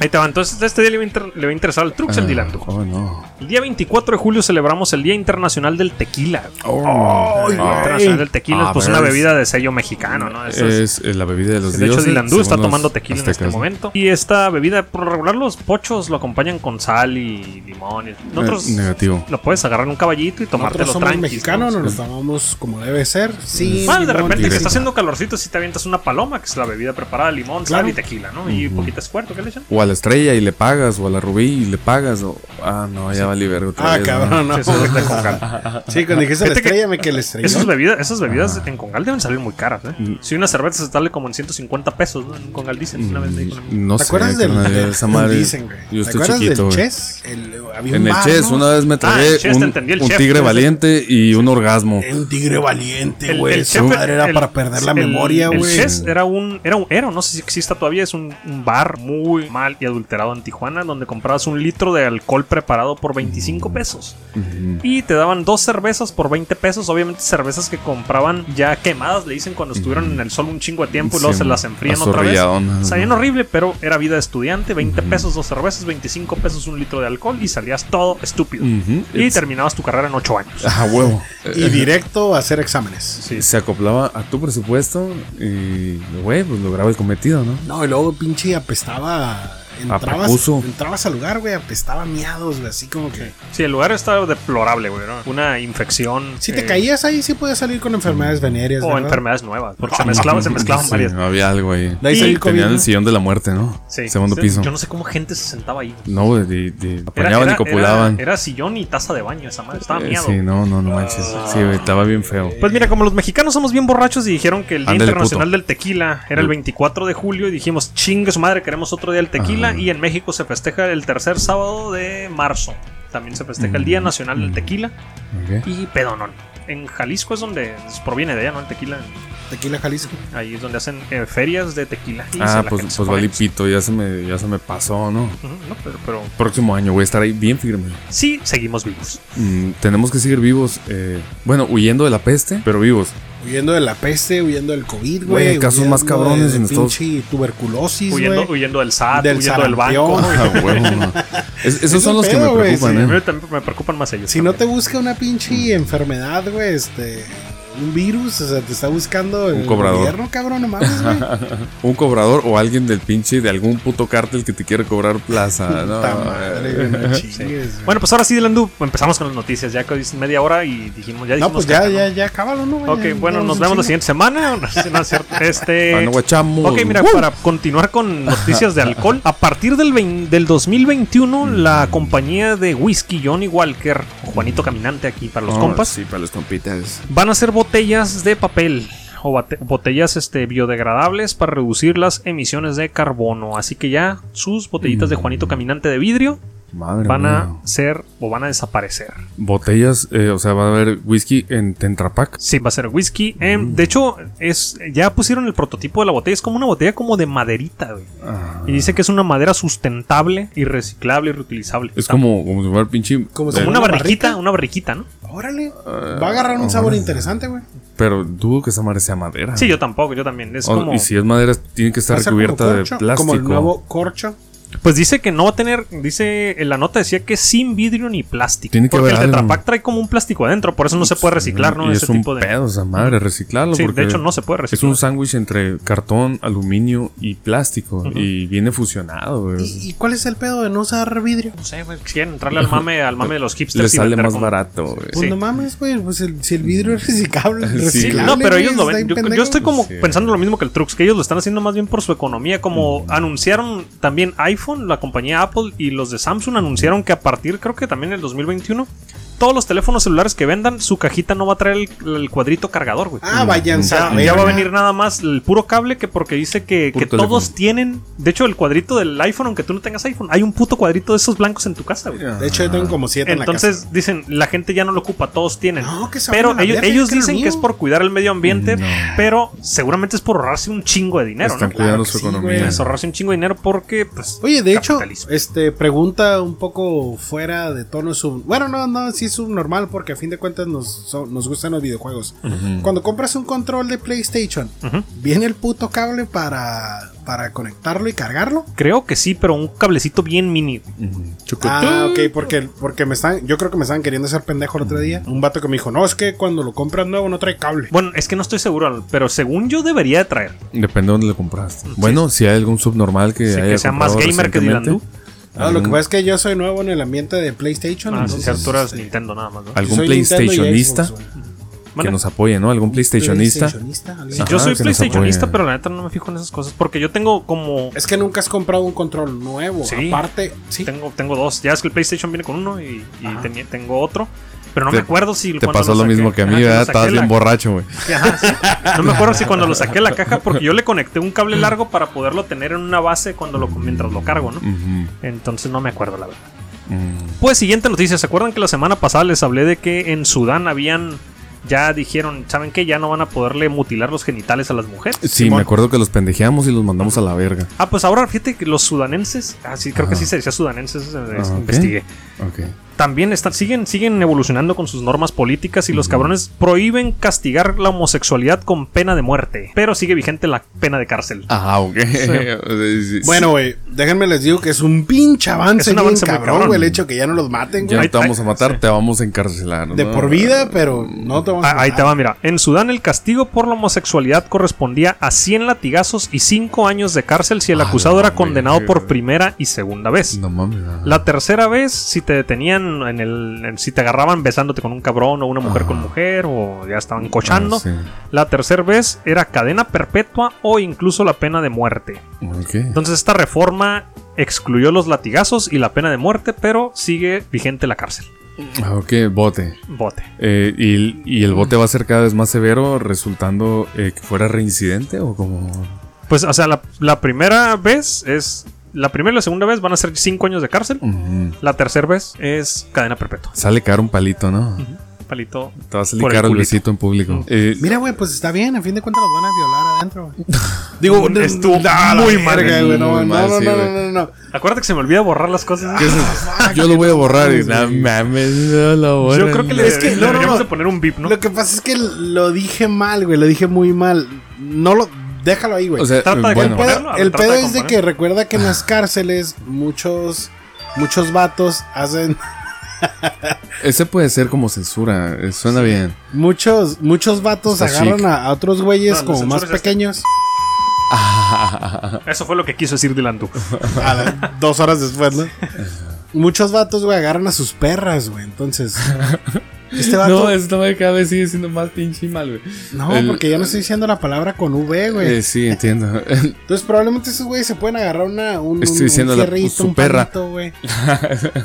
Speaker 2: Ahí te va. Entonces, este día le va a, inter- le va a interesar al Trux el Dilandú.
Speaker 1: Oh, no.
Speaker 2: El día 24 de julio celebramos el Día Internacional del Tequila.
Speaker 1: Oh,
Speaker 2: El Día Internacional del Tequila es
Speaker 1: A
Speaker 2: pues
Speaker 1: ver,
Speaker 2: una
Speaker 1: es-
Speaker 2: bebida de sello mexicano, ¿no? Eso es-
Speaker 1: Ah, Es eh, la bebida de los
Speaker 2: de
Speaker 1: dioses.
Speaker 2: hecho, Dilandú está
Speaker 1: según los
Speaker 2: tomando tequila en este
Speaker 1: aztecas.
Speaker 2: momento. Y esta bebida, por lo regular, los pochos lo acompañan con sal y y limón. y- Nosotros
Speaker 1: Eh, negativo.
Speaker 2: lo puedes agarrar en un caballito y
Speaker 4: Nosotros
Speaker 2: tomártelo
Speaker 4: somos
Speaker 2: tranqui.
Speaker 4: mexicanos,
Speaker 2: ¿no? Mm.
Speaker 4: nos lo tomamos como debe ser. Sí,
Speaker 2: Bueno, de repente, que
Speaker 1: directo.
Speaker 2: está haciendo calorcito, si te avientas una paloma, que es la bebida preparada de limón, sal
Speaker 4: Claro.
Speaker 2: y tequila, ¿no? Y poquito esfuerzo, ¿qué le echan?
Speaker 1: O a la estrella y le pagas, o a la rubí y le pagas. O... Ah, no, ya vale verga otra
Speaker 4: Ah,
Speaker 1: vez, ¿no?
Speaker 4: cabrón, no.
Speaker 2: Sí, eso es de Congal.
Speaker 4: <laughs> Sí, cuando dijiste la
Speaker 2: Fíjate que-
Speaker 4: estrella, me que la estrella.
Speaker 2: Esas bebidas, esas bebidas en Congal deben salir muy caras, ¿eh? Si una cerveza se sale como en 150 pesos, ¿no? En un Congal dicen, una vez me dijo una amiga.
Speaker 1: No
Speaker 4: ¿Te
Speaker 1: sé,
Speaker 4: acuerdas del,
Speaker 1: carnal,
Speaker 4: del-
Speaker 1: esa madre-
Speaker 4: dicen, güey?
Speaker 1: Yo
Speaker 4: ¿Te
Speaker 1: estoy
Speaker 4: acuerdas
Speaker 1: chiquito,
Speaker 4: del
Speaker 1: güey.
Speaker 4: Chess? El- había un
Speaker 1: En el
Speaker 4: bar,
Speaker 1: chess,
Speaker 4: ¿no?
Speaker 1: una vez me tragué
Speaker 2: el chess, te
Speaker 1: un,
Speaker 2: Ah, entendí, el
Speaker 1: un
Speaker 2: chef,
Speaker 1: tigre
Speaker 2: ¿no?
Speaker 1: valiente y un orgasmo.
Speaker 4: Era Un tigre valiente,
Speaker 2: El-
Speaker 4: güey.
Speaker 2: el
Speaker 4: Esa
Speaker 2: chef-
Speaker 4: madre era
Speaker 2: el-
Speaker 4: para perder la
Speaker 2: el-
Speaker 4: memoria,
Speaker 2: el
Speaker 4: güey.
Speaker 2: Chess era un, era un, era, no sé si exista todavía, es un, un bar muy mal y adulterado en Tijuana, donde comprabas un litro de alcohol preparado por
Speaker 4: Mm.
Speaker 2: 25 pesos.
Speaker 1: Ujú.
Speaker 2: Y te daban dos cervezas por 20 pesos. Obviamente, cervezas que compraban ya quemadas, le dicen cuando estuvieron en el sol un chingo de tiempo y luego
Speaker 1: Sí,
Speaker 2: se las enfrían otra vez.
Speaker 1: azorrilladonas,
Speaker 2: Salían
Speaker 1: ¿no?
Speaker 2: horrible, pero era vida de estudiante: 20 pesos, dos cervezas, 25 pesos, un litro de alcohol y salías todo estúpido.
Speaker 1: Ujú.
Speaker 2: Y terminabas tu carrera en 8 años.
Speaker 1: <laughs> Ah, huevo.
Speaker 4: Y directo a hacer exámenes.
Speaker 2: Sí.
Speaker 1: Se acoplaba a tu presupuesto y, güey, pues lograba el cometido, ¿no?
Speaker 4: No, y luego pinche apestaba. Entrabas,
Speaker 1: Apacuso.
Speaker 4: entrabas al lugar, güey, apestaba miados, güey, así como que...
Speaker 2: Sí, el lugar estaba deplorable, güey. ¿no? Una infección.
Speaker 4: Si te
Speaker 2: eh,
Speaker 4: caías ahí, sí podías salir con enfermedades venéreas,
Speaker 2: O
Speaker 4: ¿verdad?
Speaker 2: enfermedades nuevas, porque se mezclaban, se
Speaker 1: <laughs>
Speaker 2: mezclaban
Speaker 1: Sí,
Speaker 2: varias.
Speaker 1: no había algo ahí.
Speaker 4: De ahí salió el COVID,
Speaker 1: Tenían
Speaker 4: ¿no?
Speaker 1: el sillón de la muerte, ¿no?
Speaker 2: Sí.
Speaker 1: Segundo
Speaker 2: Sí,
Speaker 1: piso.
Speaker 2: Yo no sé cómo gente se sentaba ahí.
Speaker 1: No, de, de-
Speaker 2: Era,
Speaker 1: apañaban
Speaker 2: era-
Speaker 1: y copulaban.
Speaker 2: era- era sillón y taza de baño, esa madre. Estaba
Speaker 1: Eh,
Speaker 2: miado. Ah.
Speaker 1: sí, no, no, no manches. Sí, güey, estaba bien feo.
Speaker 2: Pues mira, como los mexicanos somos bien borrachos y dijeron que el Día
Speaker 1: Ándale,
Speaker 2: Internacional
Speaker 1: puto.
Speaker 2: del Tequila era el 24 de julio y dijimos, chingue su madre, queremos otro día del tequila
Speaker 1: Ajá.
Speaker 2: y en México se festeja el tercer sábado de marzo. También se festeja el Día
Speaker 1: Mm.
Speaker 2: Nacional del Tequila
Speaker 1: Ok.
Speaker 2: y pedonón. En Jalisco es donde proviene de allá, ¿no? El tequila.
Speaker 4: Tequila Jalisco.
Speaker 2: Ahí es donde hacen eh, ferias de tequila. y se
Speaker 1: Ah,
Speaker 2: la gente
Speaker 1: pues,
Speaker 2: se
Speaker 1: pues
Speaker 2: pone-
Speaker 1: valí pito, ya se, me, ya se me pasó, ¿no?
Speaker 2: Ujú, no, pero, pero
Speaker 1: Próximo año voy a estar ahí bien firme.
Speaker 2: sí seguimos vivos.
Speaker 1: Mm, tenemos que seguir vivos. eh, bueno, huyendo de la peste, pero vivos.
Speaker 4: Huyendo de la peste, huyendo del COVID,
Speaker 1: Güey,
Speaker 4: güey.
Speaker 1: casos
Speaker 4: huyendo
Speaker 1: más cabrones
Speaker 4: de,
Speaker 1: en
Speaker 4: de
Speaker 1: Estados-
Speaker 4: pinche tuberculosis,
Speaker 2: huyendo,
Speaker 4: güey.
Speaker 2: huyendo del SAT,
Speaker 4: Del
Speaker 2: huyendo del banco.
Speaker 4: sarampión.
Speaker 1: Ah, huevo, no. Es- esos
Speaker 4: Es
Speaker 1: son
Speaker 4: un
Speaker 1: los que me
Speaker 4: pedo, güey,
Speaker 1: preocupan,
Speaker 2: A
Speaker 1: ¿eh?
Speaker 2: mí también me preocupan más ellos.
Speaker 4: Si no te
Speaker 2: también.
Speaker 4: busca una pinche enfermedad, güey, este. Un virus, o sea, te está buscando el
Speaker 1: cobrador.
Speaker 4: gobierno, cabrón, no mames,
Speaker 1: <laughs>
Speaker 4: güey.
Speaker 1: Un cobrador o alguien del pinche de algún puto cártel que te quiere cobrar plaza. ¿no?
Speaker 4: Puta madre, güey, no
Speaker 2: Sí.
Speaker 4: chingues, güey.
Speaker 2: Bueno, pues ahora sí, Landú, empezamos con las noticias. Ya que hoy es media hora y dijimos, ya dijimos.
Speaker 4: No, pues
Speaker 2: que
Speaker 4: ya,
Speaker 2: acá,
Speaker 4: ya, ya, cábalo, ¿no, güey?
Speaker 2: ¿no?
Speaker 4: Ya,
Speaker 2: Ok, bueno,
Speaker 4: ya
Speaker 2: nos
Speaker 4: en
Speaker 2: vemos la
Speaker 4: chinga.
Speaker 2: siguiente semana. <laughs> No, sí, no es cierto.
Speaker 1: Eh, Ah,
Speaker 2: Este.
Speaker 1: Panaguachamos.
Speaker 2: Ok, mira,
Speaker 1: ¡Woo!
Speaker 2: para continuar con noticias de alcohol, a partir del, vein- del 2021, la compañía de whisky Johnny Walker, o Juanito Caminante aquí para
Speaker 4: Ah,
Speaker 2: los
Speaker 1: No,
Speaker 2: compas,
Speaker 1: Ah, Sí, para los compitas.
Speaker 2: van a ser botellas de papel o bate- botellas este, biodegradables para reducir las emisiones de carbono. Así que ya sus botellitas
Speaker 1: Mm.
Speaker 2: de Juanito Caminante de vidrio
Speaker 1: Madre
Speaker 2: van a
Speaker 1: mía.
Speaker 2: ser o van a desaparecer.
Speaker 1: Botellas, eh, o sea, va a haber whisky en Tetra Pak.
Speaker 2: Sí, va a ser whisky. Em, de hecho, es, ya pusieron el prototipo de la botella. Es como una botella como de maderita, güey.
Speaker 1: Ah.
Speaker 2: Y dice que es una madera sustentable y reciclable y reutilizable.
Speaker 1: Es
Speaker 2: Está-
Speaker 1: como, como si fuera el pinche.
Speaker 4: Como si
Speaker 1: eh,
Speaker 2: como una
Speaker 4: ¿Una
Speaker 2: barriquita,
Speaker 4: barrica?
Speaker 2: una barriquita, ¿no?
Speaker 4: Órale, va a agarrar
Speaker 1: Ah,
Speaker 4: un sabor interesante, güey.
Speaker 1: Pero dudo que esa madre sea madera.
Speaker 2: Sí, yo tampoco, yo también. Es
Speaker 1: Ah. O-
Speaker 2: como...
Speaker 1: Y si es madera, tiene que
Speaker 4: Va
Speaker 1: estar
Speaker 4: a ser como
Speaker 1: recubierta de
Speaker 4: corcho,
Speaker 1: plástico.
Speaker 4: Como el nuevo corcho.
Speaker 2: Pues dice que no va a tener, dice en la nota decía que sin vidrio ni plástico.
Speaker 1: Tiene que
Speaker 2: porque
Speaker 1: haber
Speaker 2: el Tetra
Speaker 1: algo.
Speaker 2: Pak trae como un plástico adentro, por eso no se puede reciclar, ¿no?
Speaker 1: Y
Speaker 2: Ese
Speaker 1: es un
Speaker 2: tipo de.
Speaker 1: pedo esa madre, reciclarlo.
Speaker 2: sí,
Speaker 1: porque
Speaker 2: de hecho no se puede
Speaker 1: Es
Speaker 2: reciclar.
Speaker 1: un sándwich entre cartón, aluminio y plástico. Y viene fusionado. güey.
Speaker 4: ¿Y, y cuál es el pedo de no usar vidrio?
Speaker 2: No sé, güey, quieren entrarle al mame, al mame de los hipsters.
Speaker 1: Pues, Le
Speaker 2: y
Speaker 1: sale
Speaker 2: vender
Speaker 1: más
Speaker 2: como-
Speaker 1: barato. güey.
Speaker 4: Pues
Speaker 2: Sí.
Speaker 4: no mames, güey. Pues el- si el vidrio es reciclable,
Speaker 1: <laughs> Sí,
Speaker 2: Sí,
Speaker 4: reciclable.
Speaker 2: no, pero
Speaker 4: güey,
Speaker 2: ellos lo
Speaker 4: está
Speaker 2: ven.
Speaker 4: bien
Speaker 2: Yo,
Speaker 4: pendejo.
Speaker 2: yo estoy como
Speaker 1: Sí.
Speaker 2: pensando lo mismo que el Trux, que ellos lo están haciendo más bien por su economía. Como
Speaker 1: Mm.
Speaker 2: anunciaron también iPhone, la compañía Apple y los de Samsung anunciaron que a partir, creo que también el 2021, todos los teléfonos celulares que vendan, su cajita no va a traer el, el cuadrito cargador, güey.
Speaker 4: Ah, vayan,
Speaker 2: Mm, Ya,
Speaker 4: saben.
Speaker 2: ya va a venir nada más el puro cable que porque dice que,
Speaker 1: Puro
Speaker 2: que todos
Speaker 1: teléfono.
Speaker 2: tienen. De hecho, el cuadrito del iPhone, aunque tú no tengas iPhone, hay un puto cuadrito de esos blancos en tu casa, güey.
Speaker 1: Ah.
Speaker 4: De hecho, yo tengo como siete en la
Speaker 2: Entonces dicen, la gente ya no lo ocupa, todos tienen.
Speaker 4: No, que se
Speaker 2: pero
Speaker 4: vayan a
Speaker 2: ellos,
Speaker 4: la verga,
Speaker 2: ellos
Speaker 4: que era
Speaker 2: dicen
Speaker 4: mío.
Speaker 2: que es por cuidar el medio ambiente,
Speaker 1: No.
Speaker 2: pero seguramente es por ahorrarse un chingo de dinero,
Speaker 1: Están
Speaker 2: ¿no?
Speaker 1: cuidando
Speaker 4: que
Speaker 1: su
Speaker 4: sí,
Speaker 1: economía.
Speaker 4: güey.
Speaker 2: Es ahorrarse un chingo de dinero porque, pues.
Speaker 4: casa. Oye, de hecho,
Speaker 2: capitalismo.
Speaker 4: este pregunta un poco fuera de tono sub. Bueno, no, no, sí es subnormal porque a fin de cuentas nos, so- nos gustan los videojuegos. Cuando compras un control de PlayStation,
Speaker 2: Ujú.
Speaker 4: viene el puto cable para, para conectarlo y cargarlo.
Speaker 2: Creo que sí, pero un cablecito bien mini.
Speaker 1: Ujú. Chucu-
Speaker 4: Ah, ok, porque, porque me están, yo creo que me estaban queriendo hacer pendejo el otro día. Un vato que me dijo, no, es que cuando lo compras nuevo no trae cable.
Speaker 2: Bueno, es que no estoy seguro, pero según yo debería de traer.
Speaker 1: Depende de dónde lo compraste. Bueno, si hay algún subnormal que
Speaker 2: Sí, que
Speaker 1: haya
Speaker 2: sea más
Speaker 1: comprado
Speaker 2: gamer que
Speaker 1: recientemente,
Speaker 2: Dylan
Speaker 4: Ah, lo que pasa es que yo soy nuevo en el ambiente de PlayStation.
Speaker 2: Ah, sí,
Speaker 4: entonces,
Speaker 2: sí, tú eres
Speaker 4: este,
Speaker 2: Nintendo nada más, ¿no?
Speaker 1: Algún
Speaker 4: soy Nintendo y
Speaker 1: PlayStationista
Speaker 4: Xbox, güey.
Speaker 1: que
Speaker 2: Bueno,
Speaker 1: nos apoye, ¿no? Algún PlayStationista.
Speaker 4: ¿Alguien?
Speaker 1: Sí,
Speaker 2: yo
Speaker 1: Ajá,
Speaker 2: soy
Speaker 1: que nos apoye.
Speaker 2: PlayStationista, pero la neta no me fijo en esas cosas. Porque yo tengo como.
Speaker 4: Es que nunca has comprado un control nuevo.
Speaker 2: Sí.
Speaker 4: Aparte, sí.
Speaker 2: Tengo, tengo dos. Ya es que el PlayStation viene con uno y, y
Speaker 4: Ajá.
Speaker 2: tenía- tengo otro. Pero no
Speaker 3: Te-
Speaker 2: me acuerdo si.
Speaker 3: Te
Speaker 2: cuando ah,
Speaker 3: pasó lo
Speaker 2: saqué-
Speaker 3: mismo que a mí,
Speaker 2: Ajá,
Speaker 3: ¿verdad?
Speaker 2: lo saqué
Speaker 3: Estabas bien
Speaker 2: la-
Speaker 3: borracho, güey.
Speaker 2: Ajá, sí. No me acuerdo
Speaker 3: <laughs>
Speaker 2: si cuando lo saqué de la caja, porque yo le conecté un cable largo para poderlo tener en una base cuando lo, mientras lo cargo, ¿no?
Speaker 1: Ujú,
Speaker 2: Entonces no me acuerdo, la verdad.
Speaker 1: mm.
Speaker 2: Pues siguiente noticia, ¿se acuerdan que la semana pasada les hablé de que en Sudán habían... Ya dijeron, ¿saben qué? Ya no van a poderle mutilar los genitales a las mujeres.
Speaker 1: Sí, me acuerdo que los pendejeamos y los mandamos a la verga.
Speaker 2: Ah, pues ahora fíjate que los sudanenses, ah, sí, creo que
Speaker 1: Ajá.
Speaker 2: sí se decía sudanenses, eh,
Speaker 3: Ah,
Speaker 1: ok.
Speaker 2: investigué.
Speaker 1: Ok.
Speaker 2: También están, siguen, siguen evolucionando con sus normas políticas y los cabrones prohíben castigar la homosexualidad con pena de muerte. Pero sigue vigente la pena de cárcel.
Speaker 3: Ah, ok. Sí.
Speaker 1: <laughs>
Speaker 4: Bueno, güey, déjenme les digo que es un pinche avance,
Speaker 2: Es un
Speaker 4: bien
Speaker 2: avance muy
Speaker 4: cabrón,
Speaker 2: cabrón.
Speaker 4: güey, el hecho que ya no los maten,
Speaker 3: Ya
Speaker 4: güey.
Speaker 3: no te vamos a matar, te vamos a encarcelar.
Speaker 4: De
Speaker 3: ¿no?
Speaker 4: por vida, pero no te vamos
Speaker 2: Ah,
Speaker 4: a
Speaker 2: ahí te
Speaker 4: matar.
Speaker 2: va, mira. En Sudán el castigo por la homosexualidad correspondía a 100 latigazos y 5 años de cárcel si el
Speaker 3: Ah,
Speaker 2: acusado
Speaker 3: no,
Speaker 2: era
Speaker 3: güey,
Speaker 2: condenado
Speaker 3: qué-
Speaker 2: por primera y segunda vez.
Speaker 3: No mames. ah.
Speaker 2: La tercera vez, si te detenían en el. en- si te agarraban besándote con un cabrón o una mujer con mujer o ya estaban cochando.
Speaker 3: Ah, sí.
Speaker 2: La tercera vez era cadena perpetua o incluso la pena de muerte.
Speaker 3: Ok.
Speaker 2: Entonces esta reforma excluyó los latigazos y la pena de muerte, pero sigue vigente la cárcel.
Speaker 3: Ah, ok, bote.
Speaker 2: Bote.
Speaker 1: Eh, y, y el bote va a ser cada vez más severo, resultando eh, que fuera reincidente o como.
Speaker 2: Pues, o sea, la, la primera vez es. La primera y la segunda vez van a ser 5 años de cárcel.
Speaker 1: Ujú.
Speaker 2: La tercera vez es cadena perpetua.
Speaker 1: mm, Sale caro un palito, ¿no?
Speaker 2: Palito.
Speaker 1: Te va a salir
Speaker 2: Por el
Speaker 1: caro el,
Speaker 2: culito.
Speaker 1: besito en público. Eh,
Speaker 4: Mira, güey, pues está bien, a fin de cuentas los van a violar adentro, güey. <laughs> Digo, no,
Speaker 2: Estuvo
Speaker 4: no, la
Speaker 2: muy
Speaker 4: verga,
Speaker 2: mal.
Speaker 4: güey, no,
Speaker 3: Muy
Speaker 4: no,
Speaker 3: mal,
Speaker 4: no,
Speaker 3: sí,
Speaker 4: no,
Speaker 3: güey.
Speaker 4: no, no, no.
Speaker 2: Acuérdate que se me olvida borrar las cosas.
Speaker 3: Yo lo voy a borrar. y- ah, No mames, no lo borro.
Speaker 2: Yo creo que le,
Speaker 4: Es que-
Speaker 2: le
Speaker 4: no, no,
Speaker 2: deberíamos
Speaker 4: no.
Speaker 2: de poner un bip, ¿no?
Speaker 4: Lo que pasa es que lo dije mal, güey, lo dije muy mal. No lo déjalo ahí, güey.
Speaker 1: o sea,
Speaker 2: Trata de
Speaker 1: bueno,
Speaker 4: el pedo,
Speaker 2: componerlo, a ver,
Speaker 4: el
Speaker 2: trata
Speaker 4: pedo
Speaker 2: de
Speaker 4: es de
Speaker 2: componer.
Speaker 4: que recuerda que en las cárceles muchos muchos vatos hacen <laughs>
Speaker 1: ese puede ser como censura. eh, Suena bien.
Speaker 4: muchos muchos vatos
Speaker 1: Está
Speaker 4: agarran
Speaker 1: chic.
Speaker 4: a, a otros güeyes
Speaker 2: No,
Speaker 4: como
Speaker 2: los
Speaker 4: más
Speaker 2: sensores ya <laughs>
Speaker 4: pequeños
Speaker 2: Eso fue lo que quiso decir Dylan tú.
Speaker 4: a la- dos horas después, ¿no? muchos vatos güey agarran a sus perras, güey. Entonces este vato
Speaker 3: No,
Speaker 4: no,
Speaker 3: esto cada vez sigue siendo más pinche y mal, güey. el-
Speaker 4: porque ya no estoy diciendo la palabra con V, güey.
Speaker 1: Eh, sí, entiendo. <laughs>
Speaker 4: Entonces probablemente esos güeyes se pueden agarrar una, un, un-
Speaker 1: Estoy
Speaker 4: un
Speaker 1: diciendo la- su
Speaker 4: un
Speaker 1: perra.
Speaker 4: palito, güey.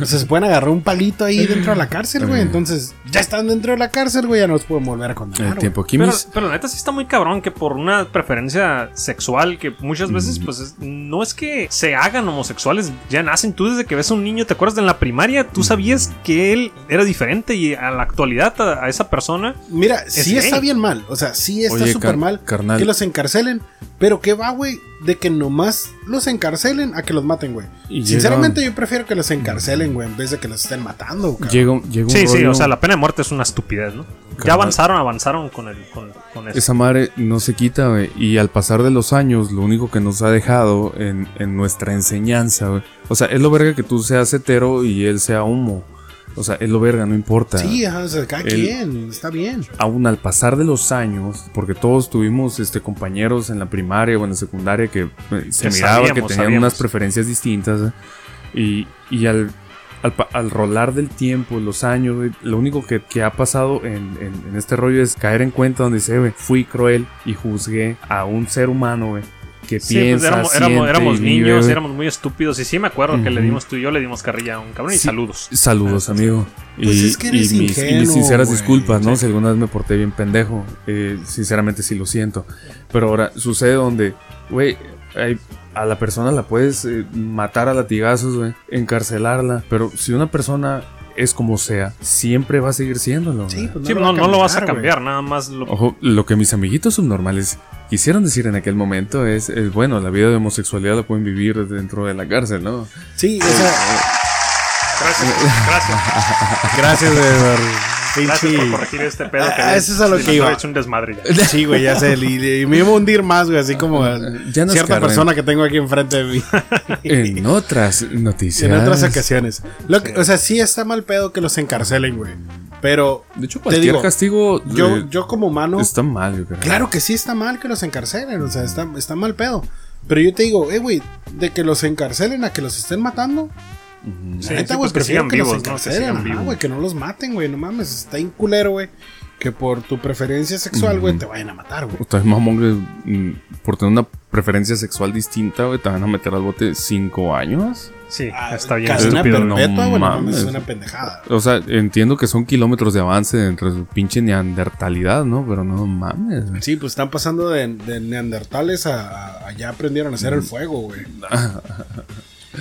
Speaker 4: o sea, se pueden agarrar un palito ahí dentro de la cárcel, güey. Entonces, ya están dentro de la cárcel, güey, ya no los pueden volver a condenar.
Speaker 1: el
Speaker 4: güey.
Speaker 1: tiempo,
Speaker 2: Pero,
Speaker 1: Kimis.
Speaker 2: pero la neta sí está muy cabrón que por una preferencia sexual que muchas veces pues es- no es que se hagan homosexuales, ya nacen tú desde que ves a un niño, te acuerdas de en la primaria, tú sabías que él era diferente y a la actualidad a, a esa persona
Speaker 4: Mira, sí
Speaker 2: gay.
Speaker 4: está bien mal. O sea, sí está
Speaker 1: Oye,
Speaker 4: súper
Speaker 1: car-
Speaker 4: mal
Speaker 1: carnal.
Speaker 4: que los encarcelen. Pero qué va, güey, de que nomás los encarcelen a que los maten, güey.
Speaker 1: Y
Speaker 4: Sinceramente, yo prefiero que los encarcelen, güey, en vez de que los estén matando, cabrón.
Speaker 1: Llega, llega un
Speaker 2: Sí, sí,
Speaker 1: rollo-
Speaker 2: o sea, la pena de muerte es una estupidez, ¿no? Ya
Speaker 1: Carnal.
Speaker 2: avanzaron, avanzaron con el con, con eso.
Speaker 1: Esa madre no se quita, güey. Y al pasar de los años, lo único que nos ha dejado en, en nuestra enseñanza, güey. O sea, es lo verga que tú seas hetero y él sea homo. O sea, es lo verga, no importa.
Speaker 4: Sí, ajá, o sea, cada
Speaker 1: El-
Speaker 4: quien, está bien.
Speaker 1: Aún al pasar de los años, porque todos tuvimos este, compañeros en la primaria o en la secundaria que eh, se
Speaker 2: Que
Speaker 1: miraba que
Speaker 2: sabíamos,
Speaker 1: tenían
Speaker 2: sabíamos.
Speaker 1: unas preferencias distintas. ¿eh? Y, y al, al, pa- al rolar del tiempo, los años, güey, lo único que, que ha pasado en, en- en este rollo es caer en cuenta donde dice, "Eh, güey, fui cruel y juzgué a un ser humano, güey, que
Speaker 2: Sí, pues
Speaker 1: piensa,
Speaker 2: éramos, éramos-
Speaker 1: siente
Speaker 2: éramos
Speaker 1: y vive,
Speaker 2: niños,
Speaker 1: güey".
Speaker 2: éramos muy estúpidos y sí me acuerdo que le
Speaker 1: Ujú.
Speaker 2: dimos tú y yo le dimos carrilla a un cabrón y
Speaker 1: Sí.
Speaker 2: saludos.
Speaker 1: Saludos, amigo.
Speaker 4: Pues
Speaker 1: y,
Speaker 4: es que eres
Speaker 1: y mis, y mis
Speaker 4: ingenuo,
Speaker 1: sinceras
Speaker 4: güey.
Speaker 1: disculpas, ¿no? Si alguna vez me porté bien pendejo. eh, sinceramente sí lo siento. Pero ahora sucede donde, güey, hay- a la persona la puedes eh, matar a latigazos, güey, encarcelarla. Pero si una persona es como sea, siempre va a seguir siéndolo.
Speaker 4: Sí,
Speaker 1: güey.
Speaker 4: pues
Speaker 2: Sí,
Speaker 4: va
Speaker 2: no, no lo vas a
Speaker 4: güey.
Speaker 2: cambiar, nada más lo
Speaker 1: Ojo, lo que mis amiguitos subnormales quisieron decir en aquel momento es, eh, bueno, la vida de homosexualidad la pueden vivir dentro de la cárcel, ¿no?
Speaker 4: <laughs> Sí, o sea,
Speaker 2: <laughs> Gracias, gracias.
Speaker 1: <laughs>
Speaker 4: gracias, güey.
Speaker 2: Gracias por
Speaker 4: pinche-
Speaker 2: corregir este pedo que
Speaker 4: Ah, eso es a lo
Speaker 2: Sí,
Speaker 4: que
Speaker 2: no,
Speaker 4: iba. Eh,
Speaker 2: he hecho un desmadre ya.
Speaker 4: Sí, güey, ya sé. Y, y me iba a hundir más, güey, así como
Speaker 1: Ya nos
Speaker 4: cierta
Speaker 1: cargan.
Speaker 4: persona que tengo aquí
Speaker 1: <laughs>
Speaker 4: enfrente de mí.
Speaker 1: En otras noticias.
Speaker 4: en otras ocasiones. Lo que- o sea, sí está mal pedo que los encarcelen, güey. Pero
Speaker 1: De hecho,
Speaker 4: Te
Speaker 1: cualquier
Speaker 4: digo,
Speaker 1: castigo eh,
Speaker 4: yo, yo como humano,
Speaker 1: está mal, yo creo.
Speaker 4: claro que sí está mal que los encarcelen. O sea, está, está mal pedo. Pero yo te digo, eh, güey, de que los encarcelen a que los estén matando, La
Speaker 2: Sí, sí,
Speaker 4: neta, güey,
Speaker 2: pues que
Speaker 4: prefiero
Speaker 2: sigan
Speaker 4: que
Speaker 2: vivos,
Speaker 4: los
Speaker 2: ¿no? Que
Speaker 4: encarcelen,
Speaker 2: sigan
Speaker 4: ajá,
Speaker 2: vivos.
Speaker 4: güey, que no los maten, güey, no mames, está en culero, güey, que por tu preferencia sexual, güey, te vayan a matar, güey.
Speaker 1: Ustedes mamón, güey, mm, por tener una preferencia sexual distinta, güey, te van a meter al bote cinco años.
Speaker 2: Sí, <laughs>
Speaker 4: Ah,
Speaker 2: está bien
Speaker 4: cadena
Speaker 2: estúpido.
Speaker 1: no
Speaker 4: perpetua, güey, no mames,
Speaker 1: mames.
Speaker 4: es una pendejada.
Speaker 1: O sea, entiendo que son kilómetros de avance entre su pinche neandertalidad, ¿no? Pero no mames. güey.
Speaker 4: Sí, pues están pasando de, de neandertales a, a- a ya aprendieron a hacer
Speaker 1: Mm.
Speaker 4: el fuego, güey.
Speaker 1: Ah.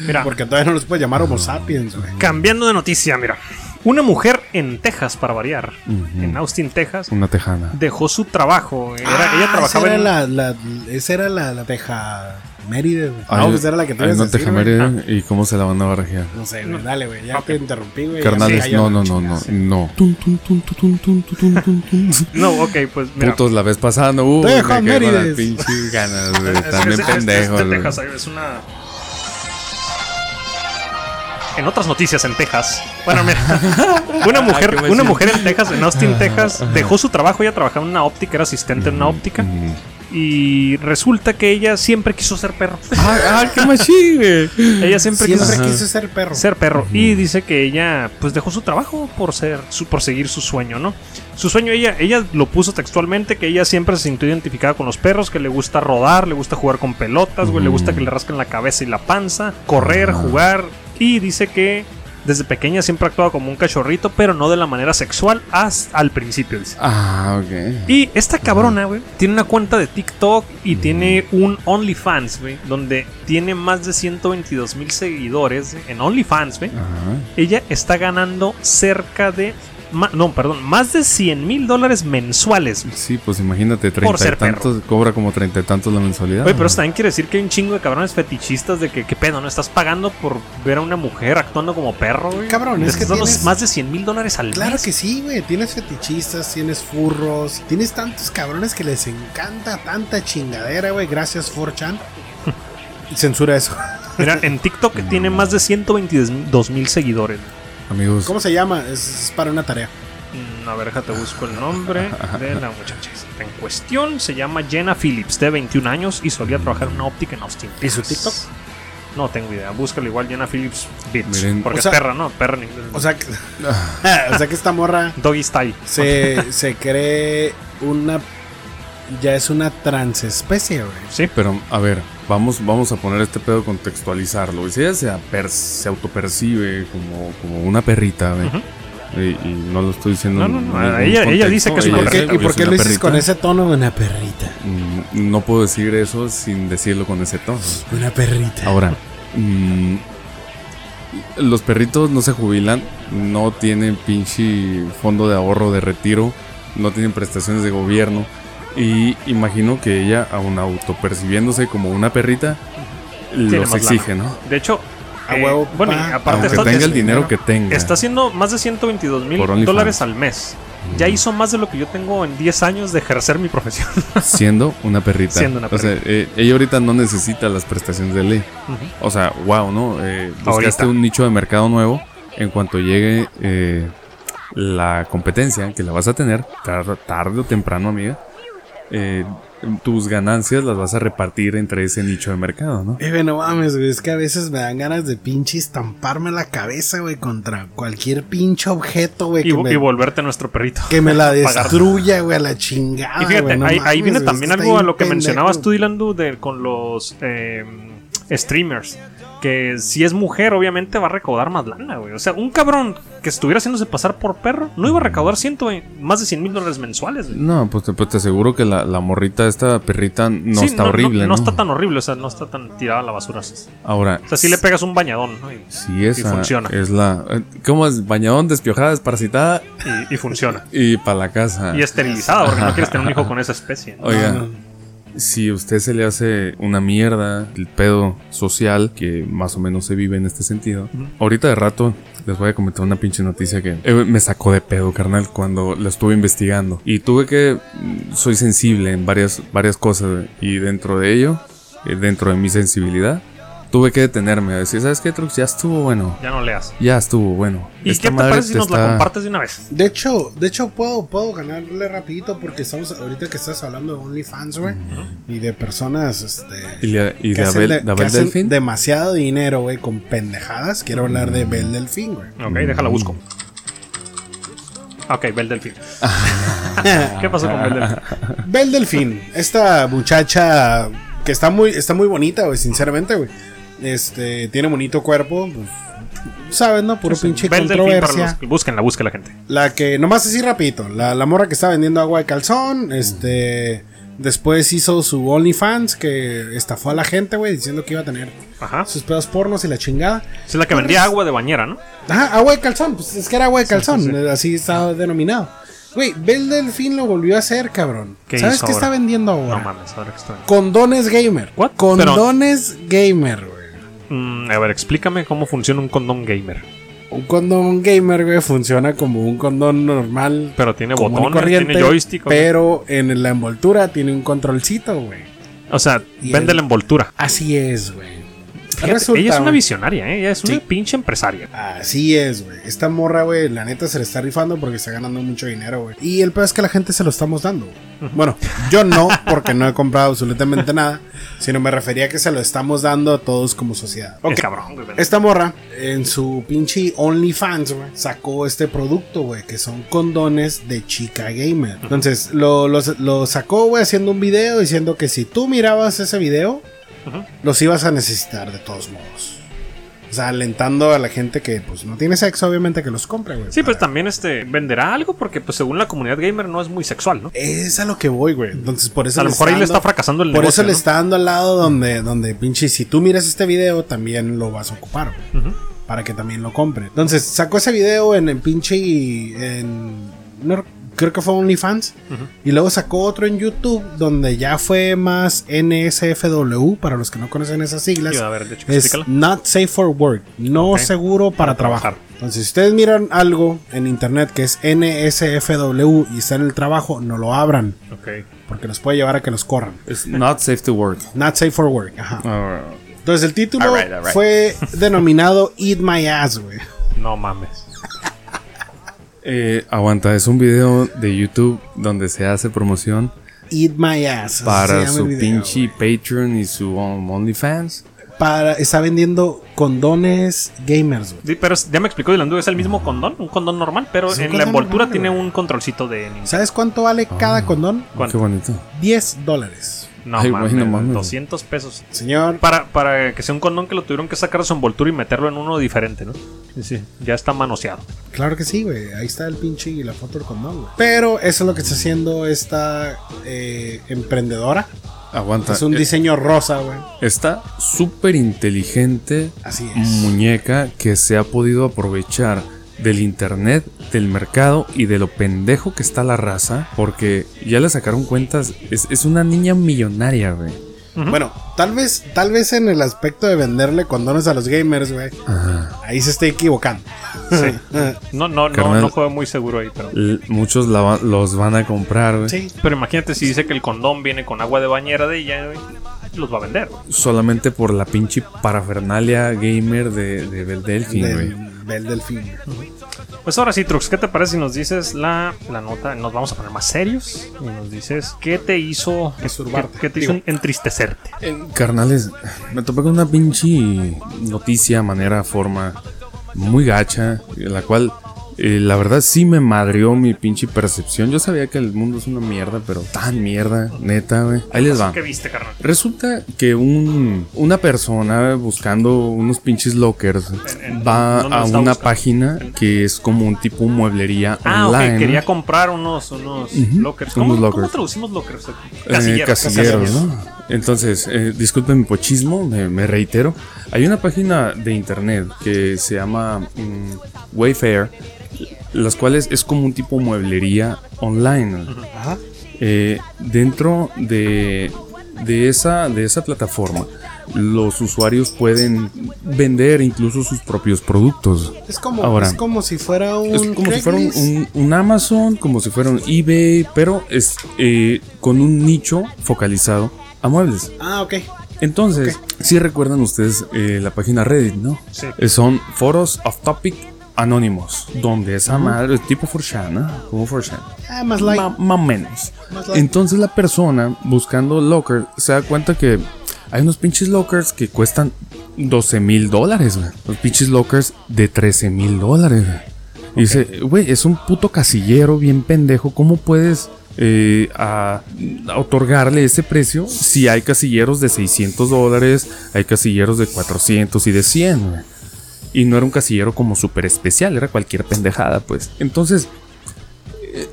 Speaker 2: Mira,
Speaker 4: Porque todavía no los puedes llamar homo sapiens, güey.
Speaker 2: cambiando de noticia, mira. Una mujer en Texas, para variar,
Speaker 1: Ujú.
Speaker 2: en Austin, Texas,
Speaker 1: Una tejana.
Speaker 2: dejó su trabajo. Era-
Speaker 4: Ah,
Speaker 2: ella trabajaba
Speaker 4: esa
Speaker 2: en...
Speaker 4: Era la, la- esa era la, la teja Mérida, güey.
Speaker 1: Ay,
Speaker 4: No, pues era la que te
Speaker 1: ay,
Speaker 4: ibas
Speaker 1: no
Speaker 4: a decir,
Speaker 1: te
Speaker 4: güey. Ah.
Speaker 1: jamaré, ¿Y cómo se la van a barrajear?
Speaker 4: No sé, güey, dale, güey. Ya te interrumpí, güey. ya
Speaker 1: Carnales,
Speaker 4: se
Speaker 1: no,
Speaker 4: callan,
Speaker 1: no, no,
Speaker 4: chingada.
Speaker 1: no, no. Tum, tum, tum, tum, tum, tum, tum, tum, <laughs> tum.
Speaker 2: No, ok, pues mira.
Speaker 1: Putos, la vez pasada no hubo.
Speaker 4: Deja
Speaker 1: me quedé con las
Speaker 4: Mérides.
Speaker 1: pinches ganas, güey.
Speaker 2: <laughs> Es que
Speaker 1: También
Speaker 2: es- es- es de
Speaker 1: pendejos, güey.
Speaker 2: Texas, ahí es una... En otras noticias en Texas. Bueno,
Speaker 4: <laughs>
Speaker 2: mira.
Speaker 4: Ah,
Speaker 2: Una mujer,
Speaker 1: ¿qué me
Speaker 2: una
Speaker 1: siento?
Speaker 2: mujer en Texas, en Austin, Texas, dejó su trabajo. Ella trabajaba en una óptica, era asistente en una óptica.
Speaker 1: Mm.
Speaker 2: Y resulta que ella siempre quiso ser perro.
Speaker 1: <laughs> Ah, ah, qué machín, güey.
Speaker 2: Ella siempre, quiso
Speaker 4: Siempre
Speaker 2: ser-
Speaker 4: quise ser perro.
Speaker 2: ser perro. Y dice que ella, pues dejó su trabajo por ser, su- por seguir su sueño, ¿no? Su sueño, ella, ella lo puso textualmente, que ella siempre se sintió identificada con los perros, que le gusta rodar, le gusta jugar con pelotas, güey, le gusta que le rasquen la cabeza y la panza, correr, jugar. Y dice que desde pequeña siempre actuaba como un cachorrito, pero no de la manera sexual hasta al principio, dice.
Speaker 1: Ah, ok.
Speaker 2: Y esta cabrona, güey, tiene una cuenta de TikTok y tiene un OnlyFans, güey, donde tiene más de 122 mil seguidores en OnlyFans, güey.
Speaker 1: Ajá.
Speaker 2: Ella está ganando cerca de, ma- no, perdón, más de 100 mil dólares mensuales. güey.
Speaker 1: Sí, pues imagínate, treinta y
Speaker 2: Por ser perro.
Speaker 1: tantos, cobra como treinta y tantos la mensualidad.
Speaker 2: Oye, pero eso también quiere decir que hay un chingo de cabrones fetichistas de que, ¿qué pedo? ¿No estás pagando por ver a una mujer actuando como perro, güey?
Speaker 4: Cabrón,
Speaker 2: Les
Speaker 4: es que
Speaker 2: estás dando
Speaker 4: tienes-
Speaker 2: más de 100 mil dólares al
Speaker 4: Claro
Speaker 2: mes.
Speaker 4: que sí, güey. Tienes fetichistas, tienes furros, tienes tantos cabrones que les encanta tanta chingadera, güey. Gracias, 4chan. <laughs> Censura eso.
Speaker 2: Mira, en TikTok tiene más de 122 mil seguidores.
Speaker 1: Amigos,
Speaker 4: ¿Cómo se llama? Es, es para una tarea.
Speaker 2: Mm, A ver, déjate busco el nombre de la muchacha. esta En cuestión se llama Jenna Phillips, de 21 años, y solía trabajar en una óptica en Austin.
Speaker 4: ¿Y su
Speaker 2: Texas. No tengo idea. Búscalo igual, Jenna Phillips Bitch.
Speaker 1: Miren.
Speaker 2: porque
Speaker 4: O sea-
Speaker 2: es perra, ¿no? Perra en inglés.
Speaker 4: O <laughs> sea, que,
Speaker 1: ah,
Speaker 4: o sea que esta <laughs> morra
Speaker 2: Doggy Style.
Speaker 4: se, se cree una. Ya es una transespecie, güey.
Speaker 2: Sí.
Speaker 1: Pero, a ver, vamos, vamos a poner este pedo contextualizarlo. güey. Si ella se, aper- se autopercibe como, como una perrita, güey,
Speaker 2: Ujú.
Speaker 1: y, y no lo estoy diciendo.
Speaker 2: No, no,
Speaker 1: en
Speaker 2: no,
Speaker 1: ningún
Speaker 2: ella- ella dice que es una
Speaker 1: ella
Speaker 4: ¿Por qué-
Speaker 1: sabe
Speaker 2: perrita,
Speaker 4: ¿Y
Speaker 1: que
Speaker 4: por
Speaker 1: es
Speaker 4: qué
Speaker 1: una
Speaker 4: lo dices con
Speaker 1: perrita.
Speaker 4: ese tono? Una perrita.
Speaker 1: Mm, No puedo decir eso sin decirlo con ese tono.
Speaker 4: Una perrita.
Speaker 1: Ahora, mm, los perritos no se jubilan, no tienen pinche fondo de ahorro de retiro, no tienen prestaciones de gobierno. Y imagino que ella, aun autopercibiéndose como una perrita, los
Speaker 2: más
Speaker 1: exige, ¿no?
Speaker 2: De hecho,
Speaker 4: A
Speaker 2: eh,
Speaker 4: huevo,
Speaker 2: bueno, y
Speaker 4: pa.
Speaker 2: aparte
Speaker 1: Aunque
Speaker 2: está,
Speaker 1: tenga el
Speaker 4: es-
Speaker 1: dinero que tenga.
Speaker 2: está haciendo más de 122 mil
Speaker 1: Por OnlyFans.
Speaker 2: dólares al mes.
Speaker 4: Mm.
Speaker 2: Ya hizo más de lo que yo tengo en 10 años de ejercer mi profesión.
Speaker 1: Siendo una perrita.
Speaker 2: Siendo una
Speaker 1: O sea, eh, ella ahorita no necesita las prestaciones de ley.
Speaker 2: Ujú.
Speaker 1: O sea, wow, ¿no? Eh, buscaste
Speaker 2: Ahorita.
Speaker 1: un nicho de mercado nuevo. En cuanto llegue eh, la competencia, que la vas a tener tar- tarde o temprano, amiga, eh, tus ganancias las vas a repartir entre ese nicho de mercado, ¿no?
Speaker 4: Eh, güey, no mames, güey, es que a veces me dan ganas de pinche estamparme la cabeza, güey, contra cualquier pinche objeto,
Speaker 2: <laughs>
Speaker 4: güey,
Speaker 2: Y,
Speaker 4: que,
Speaker 2: vo-
Speaker 4: me-
Speaker 2: y volverte nuestro perrito.
Speaker 4: que
Speaker 2: <laughs>
Speaker 4: me la
Speaker 2: Pagar.
Speaker 4: destruya, güey, a la chingada.
Speaker 2: Y fíjate,
Speaker 4: güey, no
Speaker 2: ahí, ahí
Speaker 4: Ah, mames,
Speaker 2: viene
Speaker 4: güey,
Speaker 2: también
Speaker 4: está
Speaker 2: algo a
Speaker 4: bien
Speaker 2: lo que
Speaker 4: pendejo.
Speaker 2: mencionabas tú, Dylan, Du, de- con los eh, streamers. Que si es mujer, obviamente va a recaudar más lana, güey. O sea, un cabrón que estuviera haciéndose pasar por perro no iba a recaudar ciento, más de 100 mil dólares mensuales, güey.
Speaker 1: No, pues te, pues te aseguro que la, la morrita, esta perrita, no
Speaker 2: Sí,
Speaker 1: está horrible,
Speaker 2: No,
Speaker 1: ¿no?
Speaker 2: está tan horrible, o sea, no está tan tirada a la basura. O sea,
Speaker 1: Ahora,
Speaker 2: sí le pegas un bañadón, ¿no? Y,
Speaker 1: si
Speaker 2: y
Speaker 1: esa
Speaker 2: funciona.
Speaker 1: es la. eh, ¿Cómo es? Bañadón, despiojada, desparasitada
Speaker 2: y- y funciona.
Speaker 1: y para la casa.
Speaker 2: Y esterilizada, porque no quieres tener un hijo con esa especie. ¿no?
Speaker 1: Oiga,
Speaker 4: No, no.
Speaker 1: si usted se le hace una mierda el pedo social que más o menos se vive en este sentido, ahorita de rato les voy a comentar una pinche noticia que eh, me sacó de pedo, carnal, cuando la estuve investigando. Y tuve que. mm, Soy sensible en varias, varias cosas, güey, y dentro de ello, eh, dentro de mi sensibilidad. tuve que detenerme a decir, ¿sabes qué, Trux? Ya estuvo bueno.
Speaker 2: Ya no leas.
Speaker 1: Ya estuvo bueno.
Speaker 2: ¿Y
Speaker 1: Esta
Speaker 2: qué te
Speaker 1: madre
Speaker 2: parece si nos la
Speaker 1: está-
Speaker 2: compartes de una vez?
Speaker 4: De hecho, de hecho puedo, puedo ganarle rapidito porque estamos ahorita que estás hablando de OnlyFans, güey, y de personas,
Speaker 1: Y,
Speaker 4: este,
Speaker 1: le- y de
Speaker 4: que hacen
Speaker 1: Abel,
Speaker 4: de-
Speaker 1: de
Speaker 4: que
Speaker 1: Abel
Speaker 4: hacen
Speaker 1: Delfín. Mm.
Speaker 4: demasiado dinero, güey, con pendejadas. Quiero hablar de Bel Delfín, güey.
Speaker 2: Ok, déjala, busco. Ok, Bel Delfín.
Speaker 1: <laughs>
Speaker 4: Ah.
Speaker 2: ¿Qué pasó con Bel Delfín?
Speaker 4: Bel Delfín, esta muchacha que está muy, está muy bonita, güey, sinceramente, güey. Este, tiene bonito cuerpo, pues, sabes, ¿no? Puro pinche
Speaker 2: Bel Delfín para
Speaker 4: controversia.
Speaker 2: los... Búsquenla, busque la gente.
Speaker 4: La que, nomás así rapidito, la, la morra que está vendiendo agua de
Speaker 2: Mm.
Speaker 4: calzón, este... Después hizo su OnlyFans que estafó a la gente, güey, diciendo que iba a tener
Speaker 2: Ajá.
Speaker 4: sus pedos pornos y la chingada.
Speaker 2: Es la que vendía
Speaker 4: Pues-
Speaker 2: agua de bañera, ¿no?
Speaker 4: Ajá, agua de calzón, pues es que era agua de calzón,
Speaker 2: sí, sí.
Speaker 4: así estaba denominado. Güey, Bel Delfín lo volvió a hacer, cabrón.
Speaker 2: ¿Qué
Speaker 4: ¿Sabes
Speaker 2: hizo
Speaker 4: qué
Speaker 2: ahora?
Speaker 4: está vendiendo ahora?
Speaker 2: No mames, ahora que estoy.
Speaker 4: Condones gamer.
Speaker 2: What?
Speaker 4: Condones gamer, güey.
Speaker 2: Mm, a ver, explícame cómo funciona un condón gamer.
Speaker 4: Un condón gamer, güey, funciona como un condón normal.
Speaker 2: Pero tiene
Speaker 4: común y
Speaker 2: botones, tiene joystick. o-
Speaker 4: Pero en la envoltura tiene un controlcito, güey.
Speaker 2: o sea,
Speaker 4: y
Speaker 2: vende
Speaker 4: el-
Speaker 2: la envoltura.
Speaker 4: Así es, güey.
Speaker 2: Fíjate,
Speaker 4: Resulta,
Speaker 2: ella es una
Speaker 4: güey.
Speaker 2: visionaria, ¿eh? ella es una
Speaker 4: Sí.
Speaker 2: pinche empresaria.
Speaker 4: Así es, güey. Esta morra, güey, la neta se le está rifando porque está ganando mucho dinero, güey. Y el peor es que la gente se lo estamos dando, güey. Bueno, yo no, porque no he comprado absolutamente nada, sino me refería a que se lo estamos dando a todos como sociedad.
Speaker 2: Ok,
Speaker 4: Ok.
Speaker 2: cabrón, güey.
Speaker 4: Esta morra, en su pinche OnlyFans, güey, sacó este producto, güey, que son condones de chica gamer. Entonces, lo, lo- lo sacó, güey, haciendo un video diciendo que si tú mirabas ese video,
Speaker 2: Ujú.
Speaker 4: los ibas a necesitar de todos modos. O sea, alentando a la gente que, pues, no tiene sexo, obviamente, que los compre, güey.
Speaker 2: Sí, pues
Speaker 4: para-
Speaker 2: también este venderá algo porque pues según la comunidad gamer no es muy sexual, ¿no?
Speaker 4: Es a lo que voy, güey. Entonces, por eso.
Speaker 2: A lo mejor ahí le
Speaker 4: dando-
Speaker 2: está fracasando el
Speaker 4: Por
Speaker 2: negocio.
Speaker 4: eso le
Speaker 2: ¿no?
Speaker 4: está dando al lado donde, donde, pinche, si tú miras este video, también lo vas a ocupar, güey.
Speaker 2: Ujú.
Speaker 4: para que también lo compren. Entonces, sacó ese video en, en pinche. En, no, creo que fue OnlyFans. Y luego sacó otro en YouTube, donde ya fue más NSFW, para los que no conocen esas siglas.
Speaker 2: Y, a ver, de hecho,
Speaker 4: Es
Speaker 2: explícala.
Speaker 4: not safe for work, no
Speaker 2: Ok.
Speaker 4: seguro para,
Speaker 2: Para trabajar.
Speaker 4: trabajar. Entonces, si ustedes miran algo en internet que es NSFW y está en el trabajo, no lo abran,
Speaker 2: Ok.
Speaker 4: porque los puede llevar a que los corran.
Speaker 1: Es not safe to work.
Speaker 4: Not safe for work, ajá.
Speaker 1: Ah,
Speaker 4: Entonces, el título
Speaker 1: Alright, alright.
Speaker 4: fue denominado Eat My Ass, güey.
Speaker 2: No mames.
Speaker 1: eh, aguanta, es un video de YouTube donde se hace promoción
Speaker 4: Eat My Ass. así se
Speaker 1: para
Speaker 4: llama
Speaker 1: su
Speaker 4: el video,
Speaker 1: pinche
Speaker 4: güey.
Speaker 1: Patreon y su um, OnlyFans.
Speaker 4: Para, está vendiendo condones gamers, güey.
Speaker 2: Sí, pero es- ya me explicó Dylan Dube, es el mismo condón, un condón normal, pero
Speaker 4: Es un
Speaker 2: en la
Speaker 4: condón
Speaker 2: envoltura
Speaker 4: normal,
Speaker 2: tiene
Speaker 4: güey.
Speaker 2: un controlcito de Nintendo.
Speaker 4: ¿Sabes cuánto vale cada
Speaker 1: Ah.
Speaker 4: condón?
Speaker 1: Qué
Speaker 2: ¿Cuánto?
Speaker 1: bonito.
Speaker 4: 10 dólares.
Speaker 2: No,
Speaker 1: Ay, güey,
Speaker 2: mames,
Speaker 1: no mames.
Speaker 2: 200 pesos.
Speaker 4: Señor,
Speaker 2: Para, para que sea un condón que lo tuvieron que sacar de su envoltura y meterlo en uno diferente, ¿no? Sí, sí, ya está manoseado.
Speaker 4: claro que sí, güey. Ahí está el pinche y la foto del condón, güey. Pero eso es lo que está haciendo esta eh, emprendedora.
Speaker 1: Aguanta.
Speaker 4: Es un
Speaker 1: eh,
Speaker 4: diseño rosa, güey.
Speaker 1: Está súper inteligente
Speaker 4: Así es.
Speaker 1: muñeca que se ha podido aprovechar del internet, del mercado y de lo pendejo que está la raza, porque ya le sacaron cuentas, es, es una niña millonaria, güey.
Speaker 2: Ujú.
Speaker 4: Bueno, tal vez, tal vez en el aspecto de venderle condones a los gamers, güey. Ahí se está equivocando.
Speaker 2: No, no, no,
Speaker 1: Carnal.
Speaker 2: no juega muy seguro ahí, pero.
Speaker 1: L- muchos la va- los van a comprar, güey.
Speaker 4: Sí.
Speaker 2: Pero imagínate si dice que el condón viene con agua de bañera de ella, güey, los va a vender. güey.
Speaker 1: Solamente por la pinche parafernalia gamer de, de Bel Delfin,
Speaker 4: Del,
Speaker 1: güey.
Speaker 4: del delfín.
Speaker 2: Pues ahora sí, Trux, ¿qué te parece si nos dices la, la nota? Nos vamos a poner más serios y nos dices qué te hizo. qué-
Speaker 4: Masturbarte,
Speaker 2: qué- qué te hizo
Speaker 4: digo.
Speaker 2: entristecerte?
Speaker 1: Carnales, me topé con una pinche noticia, manera, forma muy gacha, la cual eh, la verdad sí me madreó mi pinche percepción. Yo sabía que el mundo es una mierda, pero tan mierda, neta, güey. Ahí les va.
Speaker 2: ¿Qué viste, carnal?
Speaker 1: Resulta que un, una persona buscando unos pinches lockers
Speaker 2: En- en-
Speaker 1: va
Speaker 2: ¿dónde
Speaker 1: a
Speaker 2: está
Speaker 1: una
Speaker 2: buscando?
Speaker 1: página que es como un tipo mueblería
Speaker 2: Ah,
Speaker 1: online.
Speaker 2: ok, quería comprar unos, unos
Speaker 1: Ujú,
Speaker 2: lockers. ¿Cómo,
Speaker 1: unos lockers.
Speaker 2: cómo traducimos lockers? aquí?
Speaker 1: Eh, casilleros, ¿no? Entonces, eh, disculpen mi pochismo, me, me reitero. Hay una página de internet que se llama mm, Wayfair, las cuales es como un tipo mueblería online.
Speaker 4: Ajá.
Speaker 1: Eh, dentro de, de, esa, de esa plataforma, los usuarios pueden vender incluso sus propios productos.
Speaker 4: Es como,
Speaker 1: Ahora.
Speaker 4: es como si fuera un.
Speaker 1: Es como si fuera un,
Speaker 4: Craigslist.
Speaker 1: un- un Amazon, como si fuera un eBay, pero es eh, con un nicho focalizado a muebles.
Speaker 4: Ah, ok.
Speaker 1: Entonces, si recuerdan ustedes eh, la página Reddit, ¿no?
Speaker 2: Sí.
Speaker 1: Eh, son foros of topic anónimos, donde esa madre, tipo 4chan, ¿no? Como 4chan.
Speaker 4: Ah, más like.
Speaker 1: Ma- más o menos.
Speaker 4: Más light.
Speaker 1: Entonces la persona buscando lockers se da cuenta que hay unos pinches lockers que cuestan 12 mil dólares, güey. Los pinches lockers de 13 mil dólares, güey. Y Dice, güey, es un puto casillero bien pendejo. ¿Cómo puedes eh, a- a otorgarle ese precio si hay casilleros de 600 dólares, hay casilleros de 400 y de 100, güey? Y no era un casillero como súper especial, era cualquier pendejada, pues. Entonces,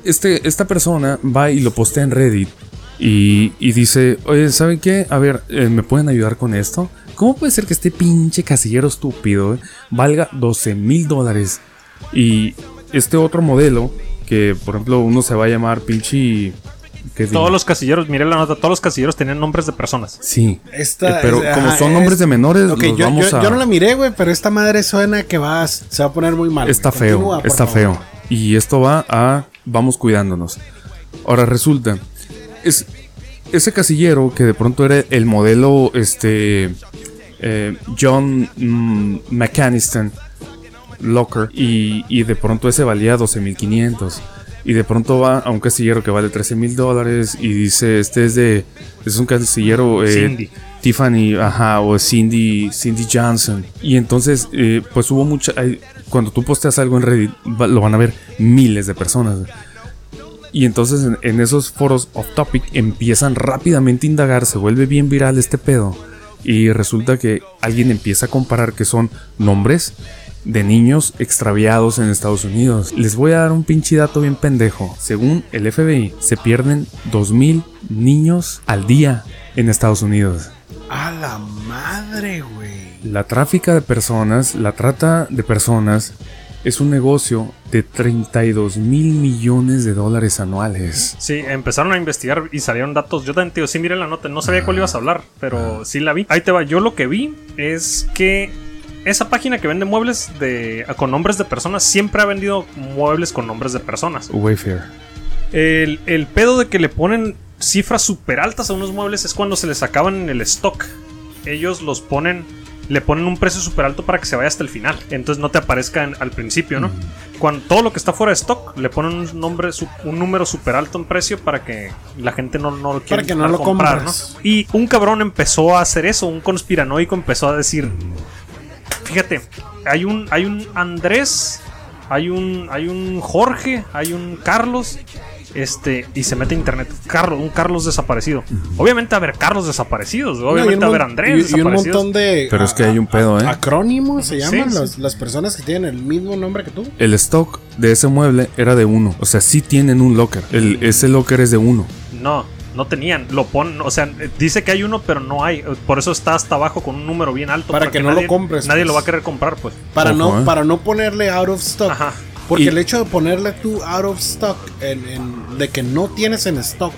Speaker 1: este, esta persona va y lo postea en Reddit y, y dice, oye, ¿saben qué? A ver, eh, ¿me pueden ayudar con esto? ¿Cómo puede ser que este pinche casillero estúpido eh, valga 12 mil dólares? Y este otro modelo, que por ejemplo uno se va a llamar pinche... ¿qué digo?
Speaker 2: Todos los casilleros, miré la nota, todos los casilleros tenían nombres de personas.
Speaker 1: Sí.
Speaker 4: Esta
Speaker 1: Eh, pero
Speaker 4: es-
Speaker 1: como
Speaker 4: ajá,
Speaker 1: son
Speaker 4: es-
Speaker 1: nombres de menores,
Speaker 4: Ok,
Speaker 1: los
Speaker 4: yo,
Speaker 1: vamos
Speaker 4: yo-
Speaker 1: a...
Speaker 4: yo no la miré, güey, pero esta madre suena que vas. Se va a poner muy mal.
Speaker 1: Está
Speaker 4: güey.
Speaker 1: feo,
Speaker 4: Continúa, por
Speaker 1: está
Speaker 4: favor.
Speaker 1: feo. Y esto va a vamos cuidándonos. Ahora resulta, es, ese casillero que de pronto era el modelo este eh, John mm, McAniston Locker y, y de pronto ese valía 12.500 y de pronto va a un casillero que vale 13.000 dólares y dice este es de es un casillero eh,
Speaker 2: Cindy.
Speaker 1: Tiffany ajá o Cindy Cindy Johnson y entonces eh, pues hubo mucha hay- cuando tú posteas algo en Reddit va- lo van a ver miles de personas y entonces en, en esos foros off topic empiezan rápidamente a indagar, se vuelve bien viral este pedo. Y resulta que alguien empieza a comparar que son nombres de niños extraviados en Estados Unidos. Les voy a dar un pinche dato bien pendejo. Según el FBI, se pierden 2.000 niños al día en Estados Unidos.
Speaker 4: A la madre, güey.
Speaker 1: La tráfica de personas, la trata de personas, es un negocio de 32 mil millones de dólares anuales.
Speaker 2: Sí, empezaron a investigar y salieron datos. Yo también, tío, sí miré la nota, no sabía cuál ibas a hablar,
Speaker 1: Ah.
Speaker 2: pero sí la vi. Ahí te va, yo lo que vi es que esa página que vende muebles de, con nombres de personas siempre ha vendido muebles con nombres de personas.
Speaker 1: Wayfair.
Speaker 2: El, el pedo de que le ponen cifras súper altas a unos muebles es cuando se les acaban en el stock. Ellos los ponen, le ponen un precio súper alto para que se vaya hasta el final. Entonces no te aparezca en- al principio, ¿no?
Speaker 4: Mm.
Speaker 2: Cuando todo lo que está fuera de stock, le ponen un, nombre, su- un número súper alto en precio para que la gente no, no lo quiera
Speaker 4: que no
Speaker 2: intentar
Speaker 4: lo
Speaker 2: comprar, ¿no?
Speaker 4: compres.
Speaker 2: Y un cabrón empezó a hacer eso, un conspiranoico empezó a decir, Fíjate, hay un, hay un Andrés, hay un, hay un Jorge, hay un Carlos, este, y se mete a internet. Carlos, un Carlos desaparecido. Obviamente, a ver, Carlos desaparecidos. Obviamente,
Speaker 4: No, y un
Speaker 2: a ver,
Speaker 4: mon-
Speaker 2: Andrés
Speaker 4: y- Y, un
Speaker 2: desaparecidos.
Speaker 4: montón de.
Speaker 1: Pero es que hay un pedo, ¿eh?
Speaker 4: Acrónimos se llaman
Speaker 2: sí.
Speaker 4: los- las personas que tienen el mismo nombre que tú.
Speaker 1: El stock de ese mueble era de uno. O sea, sí tienen un locker. El, ese locker es de uno.
Speaker 2: No, no tenían. Lo ponen, o sea, eh, dice que hay uno, pero no hay. Eh, Por eso está hasta abajo con un número bien alto.
Speaker 4: Para que no lo compres,
Speaker 2: Nadie
Speaker 4: pues.
Speaker 2: lo va a querer comprar, pues.
Speaker 4: Para,
Speaker 1: Ojo,
Speaker 4: no,
Speaker 1: eh.
Speaker 4: para no ponerle out of stock.
Speaker 2: Ajá.
Speaker 4: Porque
Speaker 1: Y-
Speaker 4: el hecho de ponerle tú out of stock, en- en- de que no tienes en stock,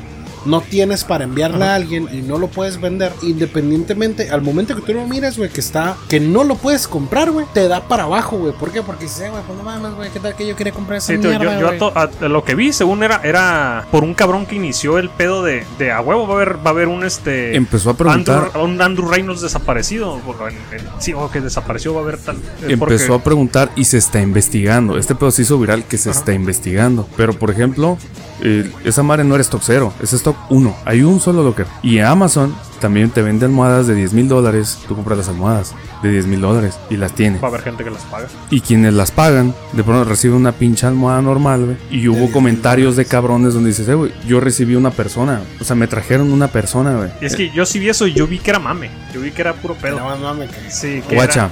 Speaker 4: no tienes para enviarle a alguien y no lo puedes vender, independientemente, al momento que tú lo miras, güey, que está, que no lo puedes comprar, güey, te da para abajo, güey. ¿Por qué? Porque dices, "Eh, güey, pues no mames, güey, ¿qué tal que yo quería comprar esa
Speaker 2: Sí, tío,
Speaker 4: mierda,
Speaker 2: yo, yo a
Speaker 4: güey?"
Speaker 2: to- a- a lo que vi, según era, era por un cabrón que inició el pedo de, de a huevo va a haber, va a haber un este.
Speaker 1: Empezó a preguntar.
Speaker 2: Andrew, un Andrew Reynolds desaparecido. por- en- en- sí, o que desapareció, va a haber tal. eh, porque-
Speaker 1: Empezó a preguntar y se está investigando. Este pedo se hizo viral que se está investigando. Pero, por ejemplo, eh, esa madre no era stock cero. Es stock uno. Hay un solo locker. Y en Amazon también te vende almohadas de 10 mil dólares. Tú compras las almohadas de 10 mil dólares y las tiene.
Speaker 2: va a haber gente que las paga.
Speaker 1: Y quienes las pagan, de pronto reciben una pincha almohada normal, güey. Y hubo comentarios de cabrones donde dices, eh, güey, yo recibí una persona. O sea, me trajeron una persona, güey.
Speaker 2: Y es que yo sí vi eso y yo vi que era mame. Yo vi que era puro
Speaker 4: No,
Speaker 2: pedo.
Speaker 4: no, no, me cagué.
Speaker 2: Sí, que
Speaker 1: Guacha.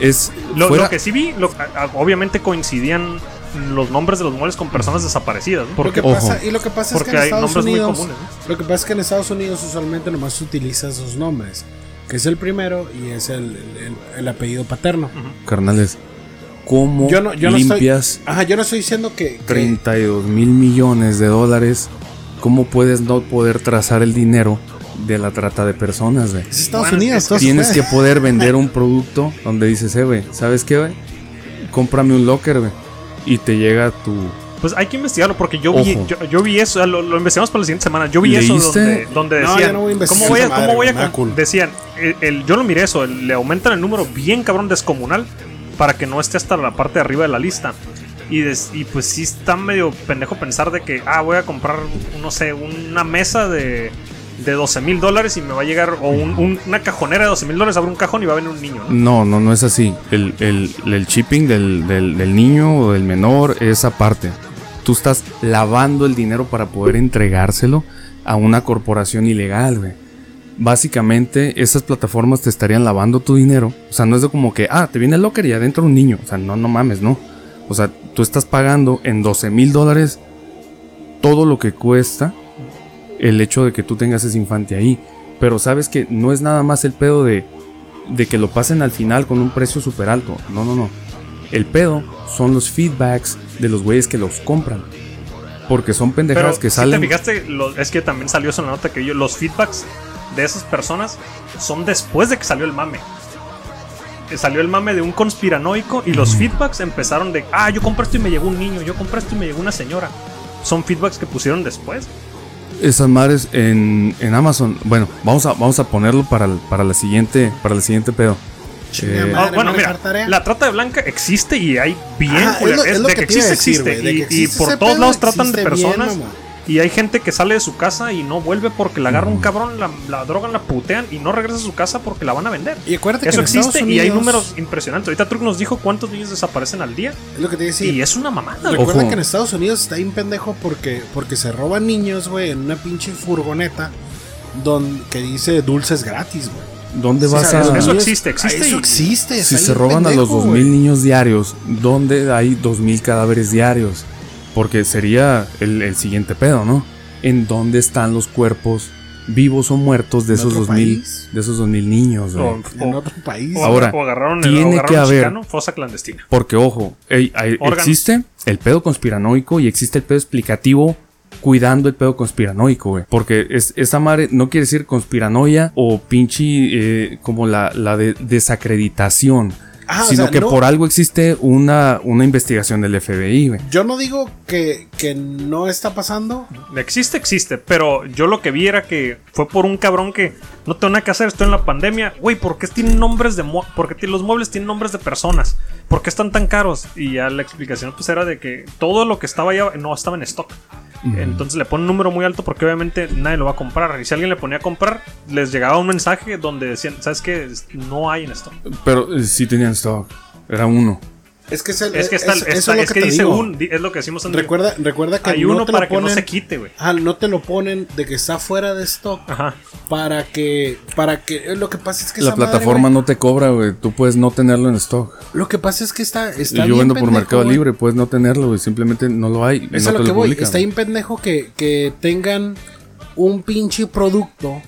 Speaker 1: Es
Speaker 2: era- Lo,
Speaker 1: fuera-
Speaker 2: lo que sí vi, lo- a- a- obviamente coincidían los nombres de los muebles con personas desaparecidas. ¿no?
Speaker 4: Lo que
Speaker 1: ojo,
Speaker 4: pasa, y lo que pasa es
Speaker 2: porque
Speaker 4: que en
Speaker 2: hay
Speaker 4: Estados
Speaker 2: nombres muy
Speaker 4: Unidos,
Speaker 2: comunes, ¿no?
Speaker 4: lo que pasa es que en Estados Unidos usualmente nomás se utiliza esos nombres, que es el primero y es el, el- el- el apellido paterno.
Speaker 1: Carnales, ¿cómo
Speaker 4: Yo no, yo no
Speaker 1: limpias
Speaker 4: estoy, ajá, yo no estoy diciendo que, que-
Speaker 1: 32 mil millones de dólares? ¿Cómo puedes no poder trazar el dinero de la trata de personas, güey?
Speaker 4: es Estados
Speaker 2: Bueno,
Speaker 4: Unidos,
Speaker 2: es
Speaker 4: todo se
Speaker 1: Tienes
Speaker 4: puede.
Speaker 1: que poder vender un producto donde dices, eh, güey, ¿sabes qué, güey? Cómprame un locker, güey. Y te llega tu,
Speaker 2: Pues Pues hay que investigarlo porque yo vi,
Speaker 1: Ojo.
Speaker 2: yo, yo vi eso, lo, lo investigamos para la siguiente semana. Yo vi eso
Speaker 1: ¿Leíste?
Speaker 2: donde, donde
Speaker 4: No,
Speaker 2: decían,
Speaker 4: ya no voy a investigar
Speaker 2: ¿cómo voy a,
Speaker 4: esa madre,
Speaker 2: cómo voy a
Speaker 4: güey, me da
Speaker 2: con-
Speaker 4: culo.
Speaker 2: decían, el, el- yo lo miré eso, el- le aumentan el número bien cabrón descomunal para que no esté hasta la parte de arriba de la lista. Y, des- y pues sí está medio pendejo pensar de que, ah, voy a comprar, no sé, una mesa de, de 12 mil dólares y me va a llegar, o un- un- una cajonera de 12 mil dólares, abro un cajón y va a venir un niño. ¿no?
Speaker 1: No, no, no es así. El, el, el shipping del, del- del niño o del menor es aparte. Tú estás lavando el dinero para poder entregárselo a una corporación ilegal, güey. Básicamente, esas plataformas te estarían lavando tu dinero. O sea, no es de como que, ah, te viene el locker y adentro un niño. O sea, no, no mames, no. O sea, tú estás pagando en 12 mil dólares todo lo que cuesta el hecho de que tú tengas ese infante ahí. Pero sabes que no es nada más el pedo de, de que lo pasen al final con un precio súper alto. No, no, no. El pedo son los feedbacks de los güeyes que los compran. Porque son pendejadas que
Speaker 2: si
Speaker 1: salen.
Speaker 2: te fijaste, lo- es que también salió eso en la nota que yo, los feedbacks de esas personas son después de que salió el mame. Eh, Salió el mame de un conspiranoico y los feedbacks empezaron de, ah, yo compré esto y me llegó un niño, yo compré esto y me llegó una señora. Son feedbacks que pusieron después.
Speaker 1: esas madres en, en Amazon. Bueno, vamos a, vamos a ponerlo para, el- para la siguiente para el siguiente pedo.
Speaker 4: Chinga
Speaker 1: Eh,
Speaker 2: Ah,
Speaker 4: madre,
Speaker 2: bueno,
Speaker 4: ¿no
Speaker 2: mira,
Speaker 4: dejar tarea?
Speaker 2: la trata de blanca existe y hay bien,
Speaker 4: Ajá,
Speaker 2: culera-
Speaker 4: es lo-
Speaker 2: es-
Speaker 4: es lo
Speaker 2: de que,
Speaker 4: que te iba
Speaker 2: existe,
Speaker 4: a decir,
Speaker 2: existe.
Speaker 4: güey, de
Speaker 2: y,
Speaker 4: que
Speaker 2: y
Speaker 4: existe
Speaker 2: por
Speaker 4: ese
Speaker 2: todos
Speaker 4: pedo,
Speaker 2: lados tratan de
Speaker 4: existe bien,
Speaker 2: personas.
Speaker 4: mamá.
Speaker 2: Y hay gente que sale de su casa y no vuelve porque la agarra un cabrón, la, la drogan, la putean y no regresa a su casa porque la van a vender.
Speaker 4: Y acuérdate
Speaker 2: Eso
Speaker 4: que en Estados
Speaker 2: existe y hay
Speaker 4: Unidos-
Speaker 2: números impresionantes. Ahorita Truc nos dijo cuántos niños desaparecen al día
Speaker 4: Es lo que te iba a decir.
Speaker 2: y es una mamada. güey.
Speaker 4: Recuerda
Speaker 1: Ojo.
Speaker 4: que en Estados Unidos está bien pendejo porque, porque se roban niños, güey, en una pinche furgoneta don, que dice dulces gratis, güey.
Speaker 1: ¿Dónde
Speaker 4: Sí,
Speaker 1: vas
Speaker 4: sabes,
Speaker 1: a.?
Speaker 2: eso
Speaker 4: Niños-
Speaker 2: existe, existe
Speaker 4: ah, Eso
Speaker 2: y-
Speaker 4: existe.
Speaker 1: Si
Speaker 4: está
Speaker 1: se
Speaker 4: bien
Speaker 1: roban a los
Speaker 4: pendejo, eh.
Speaker 1: 2.000
Speaker 4: güey.
Speaker 1: niños diarios, ¿dónde hay 2.000 cadáveres diarios? Porque sería el, el siguiente pedo, ¿no? ¿En dónde están los cuerpos vivos o muertos de
Speaker 4: ¿En
Speaker 1: esos
Speaker 4: otro
Speaker 1: 2000,
Speaker 4: país?
Speaker 1: de esos 2000 niños? güey?
Speaker 2: O-
Speaker 4: En
Speaker 2: o-
Speaker 4: otro país.
Speaker 2: o-
Speaker 1: Ahora,
Speaker 2: o agarraron el
Speaker 1: tiene
Speaker 2: agarraron
Speaker 1: que haber-
Speaker 2: chicano, fosa clandestina.
Speaker 1: Porque, ojo, ey, hay-
Speaker 2: Órganos.
Speaker 1: existe el pedo conspiranoico y existe el pedo explicativo cuidando el pedo conspiranoico, güey. Porque es, esa madre no quiere decir conspiranoia o pinche eh, como la, la de desacreditación.
Speaker 4: Ah, o
Speaker 1: sino
Speaker 4: sea,
Speaker 1: que
Speaker 4: no-
Speaker 1: por algo existe una, una investigación del FBI, güey.
Speaker 4: Yo no digo que, que no está pasando.
Speaker 2: Existe, existe, pero yo lo que vi era que fue por un cabrón que no tengo nada que hacer, estoy en la pandemia. Güey, ¿por qué tienen nombres de mue- por qué ti- los muebles tienen nombres de personas? ¿Por qué están tan caros? Y ya la explicación pues era de que todo lo que estaba allá no estaba en stock. Entonces le pone un número muy alto porque obviamente nadie lo va a comprar. Y si alguien le ponía a comprar, les llegaba un mensaje donde decían, ¿sabes qué? No hay en stock.
Speaker 1: Pero eh, sí tenían stock. Era uno.
Speaker 4: Es que, es el-
Speaker 2: Es que está,
Speaker 4: Eh, es- eso
Speaker 2: está-
Speaker 4: es lo
Speaker 2: es que,
Speaker 4: te
Speaker 2: dice
Speaker 4: digo.
Speaker 2: un, di- es lo que decimos en
Speaker 4: Recuerda, recuerda que
Speaker 2: Hay
Speaker 4: no
Speaker 2: uno
Speaker 4: te lo
Speaker 2: para que no
Speaker 4: ponen-
Speaker 2: se quite, güey.
Speaker 4: Ah, no te lo ponen de que está fuera de stock.
Speaker 2: Ajá.
Speaker 4: Para que. Para que. eh, Lo que pasa es que
Speaker 1: La
Speaker 4: esa madre,
Speaker 1: plataforma
Speaker 4: güey,
Speaker 1: no te cobra, güey. Tú puedes no tenerlo en stock.
Speaker 4: Lo que pasa es que está. está
Speaker 1: Yo
Speaker 4: bien
Speaker 1: vendo por
Speaker 4: pendejo,
Speaker 1: Mercado
Speaker 4: güey.
Speaker 1: Libre, puedes no tenerlo, güey. Simplemente no lo hay. y
Speaker 4: Es
Speaker 1: no
Speaker 4: a lo
Speaker 1: te
Speaker 4: que voy.
Speaker 1: publican.
Speaker 4: Está bien pendejo que, que tengan un pinche producto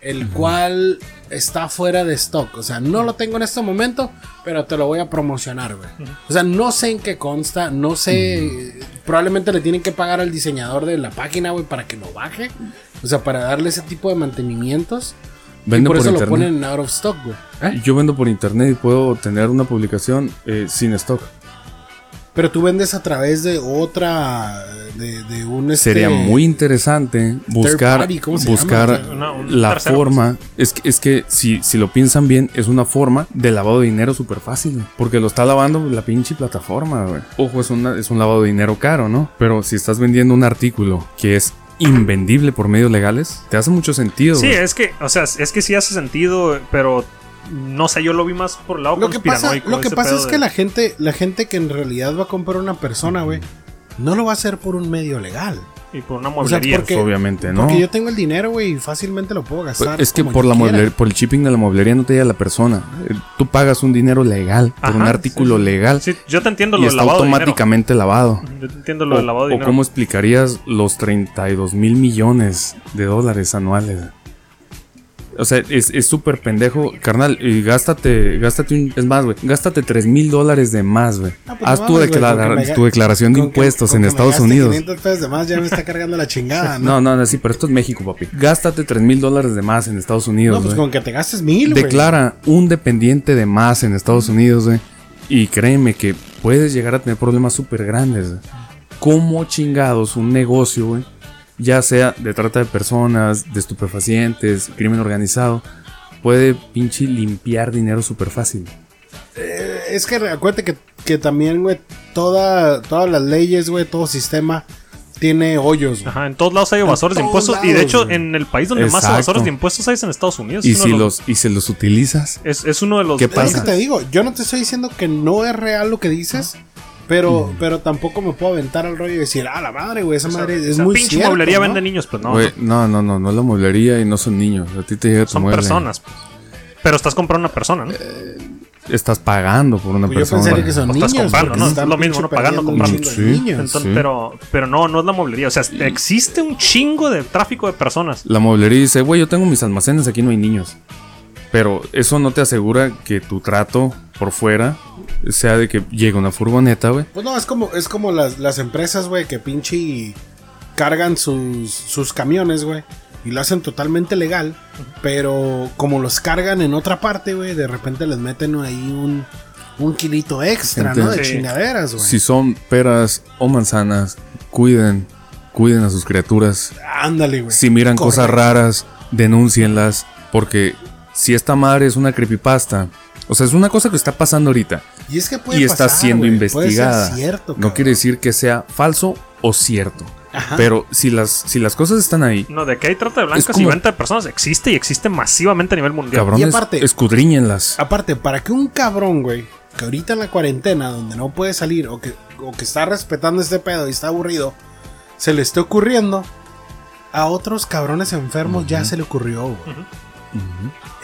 Speaker 4: el cual está fuera de stock. O sea, no lo tengo en este momento, pero te lo voy a promocionar, güey. O sea, no sé en qué consta, no sé. Probablemente le tienen que pagar al diseñador de la página, güey, para que lo baje. O sea, para darle ese tipo de mantenimientos. y
Speaker 1: Vende
Speaker 4: por,
Speaker 1: por
Speaker 4: eso
Speaker 1: internet.
Speaker 4: lo ponen en out of stock, güey.
Speaker 2: Ah.
Speaker 4: ¿Eh?
Speaker 1: Yo vendo por internet y puedo tener una publicación eh, sin stock.
Speaker 4: Pero tú vendes a través de otra. de, de un este-
Speaker 1: Sería muy interesante buscar,
Speaker 4: party, ¿cómo se
Speaker 1: buscar
Speaker 4: llama?
Speaker 2: Una- un
Speaker 1: la
Speaker 2: tercero, pues.
Speaker 1: forma. Es que, es que si, si lo piensan bien, es una forma de lavado de dinero súper fácil. güey, Porque lo está lavando la pinche plataforma, güey. Ojo, es, una, es un lavado de dinero caro, ¿no? Pero si estás vendiendo un artículo que es invendible por medios legales, te hace mucho sentido.
Speaker 2: Sí,
Speaker 1: güey.
Speaker 2: es que, o sea, es que sí hace sentido, pero no sé, yo lo vi más por el lado
Speaker 4: Lo que pasa,
Speaker 2: conspiranoico.
Speaker 4: lo que
Speaker 2: ese
Speaker 4: pasa
Speaker 2: pedo
Speaker 4: es
Speaker 2: de-
Speaker 4: que la gente, la gente que en realidad va a comprar una persona, güey, no lo va a hacer por un medio legal.
Speaker 2: Y por una
Speaker 4: O sea,
Speaker 2: mueblería.
Speaker 4: porque-
Speaker 1: obviamente, ¿no?
Speaker 4: Porque yo tengo el dinero, güey, y fácilmente lo puedo
Speaker 1: Pues,
Speaker 4: gastar.
Speaker 1: es que
Speaker 4: como
Speaker 1: por
Speaker 4: yo
Speaker 1: la
Speaker 4: quiera.
Speaker 1: mueble- por el shipping de la mueblería no te llega la persona. Eh, Tú pagas un dinero legal por
Speaker 2: Ajá,
Speaker 1: un
Speaker 2: sí,
Speaker 1: artículo
Speaker 2: sí.
Speaker 1: legal
Speaker 2: Sí, yo te entiendo
Speaker 1: y
Speaker 2: lo del
Speaker 1: está
Speaker 2: lavado de dinero.
Speaker 1: automáticamente lavado.
Speaker 2: Yo te entiendo lo del lavado de
Speaker 1: o
Speaker 2: dinero.
Speaker 1: cómo explicarías los 32 mil millones de dólares anuales. O sea, es es súper pendejo. Carnal, y gástate, gástate un... Es más, güey. Gástate 3 mil dólares de más, güey.
Speaker 4: Ah, pues no
Speaker 1: Haz tu,
Speaker 4: mames, güey, con
Speaker 1: declara-
Speaker 4: que me ga-
Speaker 1: tu declaración de
Speaker 4: con que-
Speaker 1: impuestos
Speaker 4: con
Speaker 1: en
Speaker 4: que me
Speaker 1: Estados
Speaker 4: gaste
Speaker 1: Unidos.
Speaker 4: 500 pesos de más ya me está cargando la chingada, ¿no?
Speaker 1: No, no, no, sí, pero esto es México, papi. Gástate 3 mil dólares de más en Estados Unidos,
Speaker 4: No, pues
Speaker 1: güey.
Speaker 4: con que te gastes mil, güey.
Speaker 1: Declara un dependiente de más en Estados Unidos, güey. Y créeme que puedes llegar a tener problemas súper grandes. güey. cómo chingados un negocio, güey, ya sea de trata de personas, de estupefacientes, crimen organizado, puede pinche limpiar dinero súper fácil.
Speaker 4: Eh, es que acuérdate que, que también, güey, toda, todas las leyes, güey, todo sistema tiene hoyos, güey.
Speaker 2: Ajá, en todos lados hay evasores de
Speaker 4: todos
Speaker 2: impuestos. y de
Speaker 4: lados,
Speaker 2: hecho,
Speaker 4: güey.
Speaker 2: en el país donde más
Speaker 1: Exacto.
Speaker 2: evasores de impuestos hay es en Estados Unidos.
Speaker 1: Y
Speaker 2: Es uno
Speaker 1: si
Speaker 2: de
Speaker 1: los, y se los utilizas,
Speaker 2: Es, es uno de los.
Speaker 1: ¿Qué
Speaker 4: Es
Speaker 1: pasa?
Speaker 4: que te digo, yo no te estoy diciendo que no es real lo que dices, pero, pero tampoco me puedo aventar al rollo y decir, ah, la madre, güey, esa madre es
Speaker 2: Esa
Speaker 4: muy
Speaker 2: pinche
Speaker 4: cierto,
Speaker 2: mueblería
Speaker 4: ¿no?
Speaker 2: vende niños, pues no.
Speaker 1: güey,
Speaker 2: son-
Speaker 1: no, no, no, no es la mueblería y no son niños. A ti te llega tu
Speaker 2: son
Speaker 1: mueble.
Speaker 2: personas. pues. Pero estás comprando una persona, ¿no?
Speaker 1: Estás pagando por una
Speaker 4: Pues yo
Speaker 1: persona.
Speaker 4: pensaría que son
Speaker 2: Pues
Speaker 4: niños.
Speaker 2: estás comprando,
Speaker 4: porque
Speaker 2: ¿no?
Speaker 4: se
Speaker 2: Es
Speaker 4: están
Speaker 2: lo mismo,
Speaker 4: pinche
Speaker 2: ¿no? Pagando,
Speaker 4: perdiendo un
Speaker 1: comprando.
Speaker 4: chingo de
Speaker 1: Sí,
Speaker 4: niños.
Speaker 2: Entonces,
Speaker 1: sí.
Speaker 2: pero, pero no, no es la mueblería. O sea, existe un chingo de tráfico de personas.
Speaker 1: La mueblería dice, güey, yo tengo mis almacenes, aquí no hay niños. Pero eso no te asegura que tu trato por fuera sea de que llega una furgoneta, güey.
Speaker 4: Pues no, es como, es como las, las empresas, güey, que pinche y cargan sus, sus camiones, güey. Y lo hacen totalmente legal. Pero como los cargan en otra parte, güey, de repente les meten ahí un, un kilito extra, ¿no? De
Speaker 2: Entonces, sí.
Speaker 4: chingaderas, güey.
Speaker 1: Si son peras o manzanas, cuiden, cuiden a sus criaturas.
Speaker 4: Ándale, güey.
Speaker 1: Si miran
Speaker 4: Correcto.
Speaker 1: cosas raras, denúncienlas. Porque si esta madre es una creepypasta, o sea, es una cosa que está pasando ahorita
Speaker 4: Y es que puede
Speaker 1: y está
Speaker 4: pasar,
Speaker 1: siendo
Speaker 4: güey.
Speaker 1: investigada.
Speaker 4: Puede ser cierto,
Speaker 1: no
Speaker 4: cabrón.
Speaker 1: quiere decir que sea falso o cierto.
Speaker 4: Ajá.
Speaker 1: Pero si las, si las cosas están ahí,
Speaker 2: No, de que hay trata de blancas
Speaker 1: Es como-
Speaker 2: y venta de personas existe y existe masivamente a nivel mundial.
Speaker 1: cabrones,
Speaker 4: Y aparte-
Speaker 1: escudriñenlas.
Speaker 4: Aparte, para que un cabrón, güey, que ahorita en la cuarentena, donde no puede salir o que, o que está respetando este pedo y está aburrido, se le esté ocurriendo, a otros cabrones enfermos ya se le ocurrió, güey.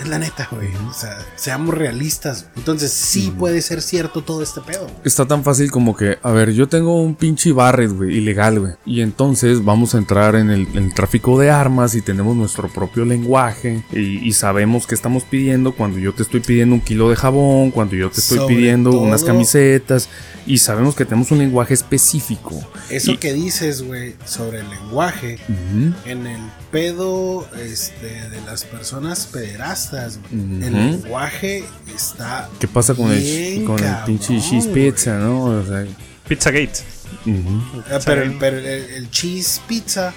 Speaker 4: Es la neta, güey. O sea, seamos realistas. Entonces, sí puede ser cierto todo este pedo, güey.
Speaker 1: Está tan fácil como que, a ver, yo tengo un pinche Barret, güey, ilegal, güey. Y entonces vamos a entrar en el, en el tráfico de armas y tenemos nuestro propio lenguaje y, y sabemos qué estamos pidiendo cuando yo te estoy pidiendo un kilo de jabón, cuando yo te estoy
Speaker 4: Sobre
Speaker 1: pidiendo
Speaker 4: todo-
Speaker 1: unas camisetas y sabemos que tenemos un lenguaje específico.
Speaker 4: Eso
Speaker 1: Y-
Speaker 4: que dices, güey, sobre el lenguaje,
Speaker 1: Ujú.
Speaker 4: en el pedo este, de las personas pederastas, güey, el
Speaker 1: Ujú.
Speaker 4: lenguaje está
Speaker 1: ¿Qué pasa con el,
Speaker 4: Bien
Speaker 1: con el
Speaker 4: cabrón,
Speaker 1: pinche cheese
Speaker 4: güey.
Speaker 1: pizza, no? O sea,
Speaker 2: Pizzagate.
Speaker 1: ujú.
Speaker 4: Ah, pero el, pero el- el cheese pizza,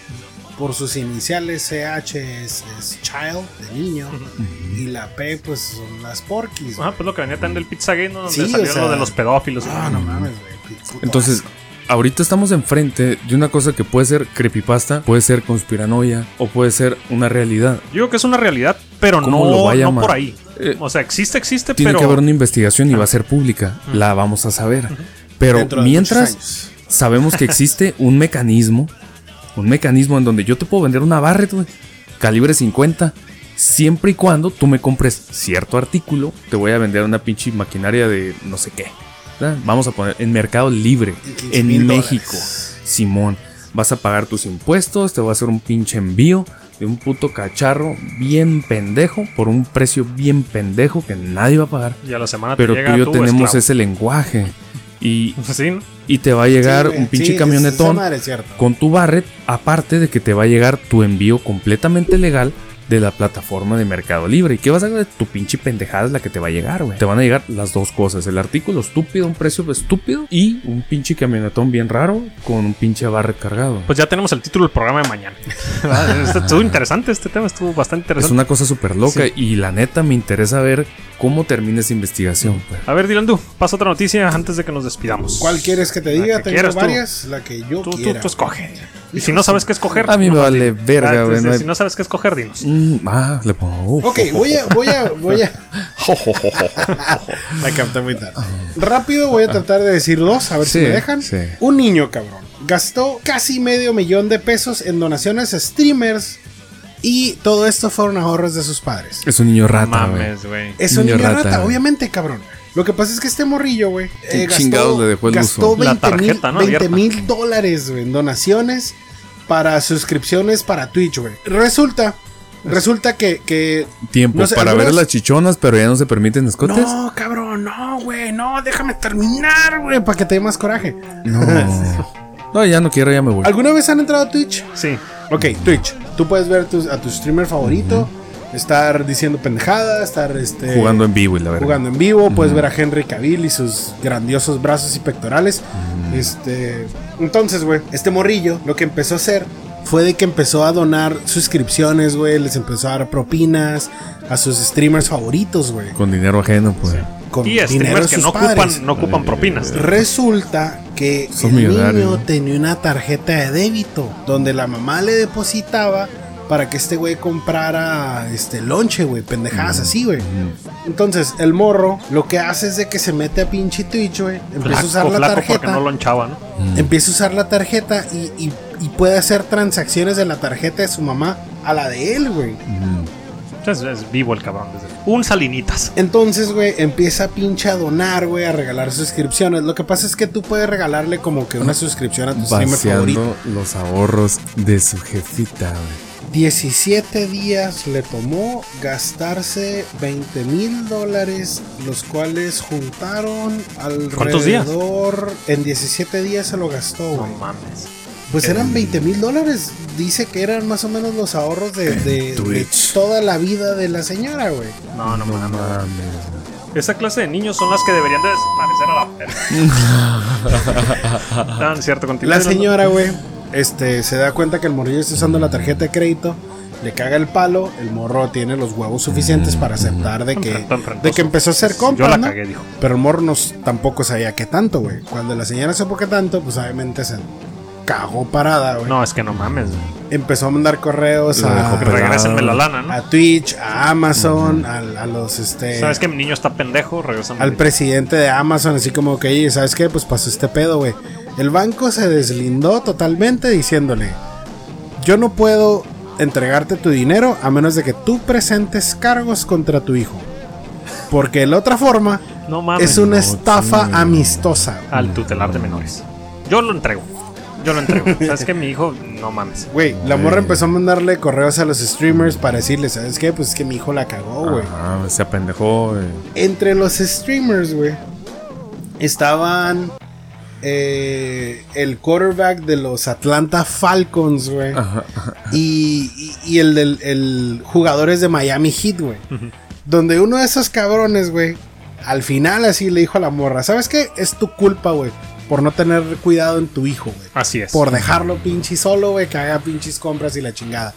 Speaker 4: por sus iniciales CH es, es child, de niño, y la P pues son las porquis.
Speaker 2: Ajá, pues lo que venía también del Pizzagate, ¿no? Donde
Speaker 4: Sí,
Speaker 2: salió
Speaker 4: o sea-
Speaker 2: lo de los pedófilos.
Speaker 4: Ah, no mames, güey. qué puto
Speaker 1: Entonces,
Speaker 4: asco.
Speaker 1: ahorita estamos enfrente de una cosa que puede ser creepypasta, puede ser conspiranoia o puede ser una realidad.
Speaker 2: Yo creo que es una realidad, pero
Speaker 1: ¿Cómo
Speaker 2: no,
Speaker 1: lo va a
Speaker 2: no
Speaker 1: llamar?
Speaker 2: por ahí.
Speaker 1: Eh,
Speaker 2: o sea, existe, existe,
Speaker 1: Tiene
Speaker 2: pero.
Speaker 1: que haber una investigación y va a ser pública. La vamos a saber. Pero
Speaker 4: Dentro de muchos
Speaker 1: mientras
Speaker 4: años.
Speaker 1: sabemos que existe un mecanismo, un mecanismo en donde yo te puedo vender una Barrett, güey, calibre 50, siempre y cuando tú me compres cierto artículo, te voy a vender una pinche maquinaria de no sé qué. ¿verdad? Vamos a poner en Mercado Libre,
Speaker 4: Y 15
Speaker 1: en
Speaker 4: mil
Speaker 1: México,
Speaker 4: dólares.
Speaker 1: Simón. Vas a pagar tus impuestos, te voy a hacer un pinche envío de un puto cacharro bien pendejo por un precio bien pendejo que nadie va a pagar.
Speaker 2: Y a la semana
Speaker 1: Pero
Speaker 2: te
Speaker 1: tú
Speaker 2: llega
Speaker 1: y yo
Speaker 2: tu
Speaker 1: tenemos
Speaker 2: esclavo.
Speaker 1: ese lenguaje.
Speaker 2: <laughs>
Speaker 1: Y,
Speaker 2: Sí, ¿no?
Speaker 1: y te va a llegar
Speaker 4: Sí, güey,
Speaker 1: un pinche
Speaker 4: sí, esa- esa
Speaker 1: camionetón
Speaker 4: madre es cierto.
Speaker 1: con tu Barret, aparte de que te va a llegar tu envío completamente legal de la plataforma de Mercado Libre. ¿Y qué vas a hacer? Tu pinche pendejada es la que te va a llegar, güey. Te van a llegar las dos cosas: el artículo estúpido, un precio estúpido y un pinche camionetón bien raro con un pinche Barret cargado.
Speaker 2: Pues ya tenemos el título del programa
Speaker 1: <laughs>
Speaker 2: de mañana. Ah, estuvo interesante este tema, estuvo bastante
Speaker 1: es
Speaker 2: interesante.
Speaker 1: una cosa súper loca y la neta me interesa ver cómo termina esa investigación. pues.
Speaker 2: A ver, Dylan, tú, pasa otra noticia antes de que nos despidamos.
Speaker 4: ¿Cuál quieres que te diga?
Speaker 2: que
Speaker 4: Tengo
Speaker 2: quieras tú.
Speaker 4: varias, la que yo
Speaker 2: Tú, tú,
Speaker 4: quiera.
Speaker 2: tú escoge. Y si no sabes qué escoger.
Speaker 1: A mí me
Speaker 2: nomás
Speaker 1: vale
Speaker 2: di-
Speaker 1: verga,
Speaker 2: Ah,
Speaker 1: güey,
Speaker 2: sí,
Speaker 1: no hay-
Speaker 2: Si no sabes qué escoger, dinos.
Speaker 1: Mm, ah, le pongo.
Speaker 4: Ok, voy a, voy a, voy
Speaker 2: <laughs>
Speaker 4: a. La capté muy tarde. Rápido voy a tratar de decir dos, a ver
Speaker 1: Sí,
Speaker 4: si me dejan.
Speaker 1: sí.
Speaker 4: Un niño, cabrón, gastó casi medio millón de pesos en donaciones a streamers y todo esto fueron ahorros de sus padres.
Speaker 1: Es un niño rata, güey.
Speaker 2: Mames, güey.
Speaker 4: Es un
Speaker 1: Niño
Speaker 4: niño rata,
Speaker 1: rata.
Speaker 4: obviamente, cabrón. Lo que pasa es que este morrillo, güey,
Speaker 1: ¿Qué chingados le dejó el
Speaker 4: gastó
Speaker 1: uso?
Speaker 4: 20
Speaker 2: La tarjeta,
Speaker 4: mil,
Speaker 2: ¿no?
Speaker 4: 20
Speaker 2: Abierta.
Speaker 4: mil dólares güey, en donaciones para suscripciones para Twitch, güey. Resulta, resulta que, que
Speaker 1: Tiempo
Speaker 4: No sé,
Speaker 1: para ver
Speaker 4: algunas-
Speaker 1: las chichonas, pero ya no se permiten escotes.
Speaker 4: No, cabrón, no, güey, no, déjame terminar, güey, para que te dé más coraje. <laughs>
Speaker 1: No. No, ya no quiero, ya me voy.
Speaker 4: ¿Alguna vez han entrado a Twitch?
Speaker 2: Sí.
Speaker 4: Ok, Twitch. Tú puedes ver tus- a tu streamer favorito, estar diciendo pendejadas, estar este,
Speaker 1: jugando en vivo y la verdad.
Speaker 4: jugando en vivo, puedes ver a Henry Cavill y sus grandiosos brazos y pectorales. Este, entonces, güey, este morrillo lo que empezó a hacer fue de que empezó a donar suscripciones, güey, les empezó a dar propinas a sus streamers favoritos, güey.
Speaker 1: Con dinero ajeno, pues.
Speaker 4: Con
Speaker 2: Y
Speaker 4: dinero de
Speaker 2: streamers que
Speaker 4: sus
Speaker 2: no
Speaker 4: padres.
Speaker 2: ocupan, no ocupan propinas.
Speaker 4: Resulta que
Speaker 1: Son
Speaker 4: el
Speaker 1: millonarios,
Speaker 4: niño
Speaker 1: ¿no?
Speaker 4: tenía una tarjeta de débito donde la mamá le depositaba para que este güey comprara este lonche, güey, pendejadas así, güey.
Speaker 1: Mm,
Speaker 4: Entonces, el morro lo que hace es de que se mete a pinche Twitch, güey, empieza a
Speaker 2: Flaco,
Speaker 4: usar la
Speaker 2: flaco, porque
Speaker 4: tarjeta,
Speaker 2: no lo hinchaba, ¿no?
Speaker 4: empieza a usar la tarjeta y, y- y puede hacer transacciones de la tarjeta de su mamá a la de él, güey.
Speaker 1: mm,
Speaker 2: Es, es vivo el cabrón. desde- Un salinitas.
Speaker 4: Entonces, güey, empieza a pinche a donar, güey, a regalar suscripciones. Lo que pasa es que tú puedes regalarle como que una suscripción a tu streamer favorito.
Speaker 1: Vaciando los ahorros de su jefita, güey.
Speaker 4: 17 días le tomó gastarse 20 mil dólares, los cuales juntaron alrededor.
Speaker 2: ¿Cuántos días?
Speaker 4: En 17 días se lo gastó,
Speaker 2: No
Speaker 4: güey.
Speaker 2: mames.
Speaker 4: Pues eran 20 mil dólares. Dice que eran más o menos los ahorros de,
Speaker 2: <laughs>
Speaker 4: de- de
Speaker 1: Twitch.
Speaker 4: toda la vida de la señora, güey.
Speaker 2: No, no mames.
Speaker 1: Mames.
Speaker 2: Esa clase de niños son las que deberían de desaparecer a la verga.
Speaker 4: <laughs>
Speaker 2: Tan Ah, cierto contigo.
Speaker 4: La
Speaker 2: No, no.
Speaker 4: señora, güey, este, se da cuenta que el morrillo está usando la tarjeta de crédito, le caga el palo, el morro tiene los huevos suficientes para aceptar de que,
Speaker 2: Tan frentoso.
Speaker 4: de que empezó a hacer compras,
Speaker 2: pues, Yo la
Speaker 4: ¿no?
Speaker 2: cagué, dijo.
Speaker 4: Pero el morro no s- tampoco sabía qué tanto, güey. Cuando la señora supo qué tanto, pues obviamente se cagó parada, güey.
Speaker 2: No, es que no mames. güey.
Speaker 4: Empezó a mandar correos
Speaker 1: La dejó
Speaker 4: a,
Speaker 2: Que regresenme
Speaker 4: ah,
Speaker 2: la lana, ¿no?
Speaker 4: a Twitch, a Amazon, al- a, los, este...
Speaker 2: Sabes que mi niño está pendejo, regresa
Speaker 4: al presidente de Amazon, así como que, "Oye, ¿sabes qué? Pues pasó este pedo, güey. El banco se deslindó totalmente diciéndole, yo no puedo entregarte tu dinero a menos de que tú presentes cargos contra tu hijo. Porque de la otra forma
Speaker 2: No mames.
Speaker 4: es una
Speaker 1: no,
Speaker 4: estafa
Speaker 1: sí.
Speaker 4: amistosa.
Speaker 2: Al tutelar de menores. Yo lo entrego. Yo lo
Speaker 4: <laughs>
Speaker 2: entrego. Sabes que mi hijo, no mames.
Speaker 4: Güey, la morra empezó a mandarle correos a los streamers para decirle, ¿sabes qué? Pues es que mi hijo la cagó, güey.
Speaker 1: Ajá, Ah, se apendejó, güey.
Speaker 4: entre los streamers, güey, estaban eh, el quarterback de los Atlanta Falcons, güey, y, y- y el del el jugadores de Miami Heat, güey. Donde uno de esos cabrones, güey, al final así le dijo a la morra, ¿sabes qué? Es tu culpa, güey, por no tener cuidado en tu hijo, güey.
Speaker 2: Así es.
Speaker 4: Por dejarlo pinche solo, güey, que haga pinches compras y la chingada.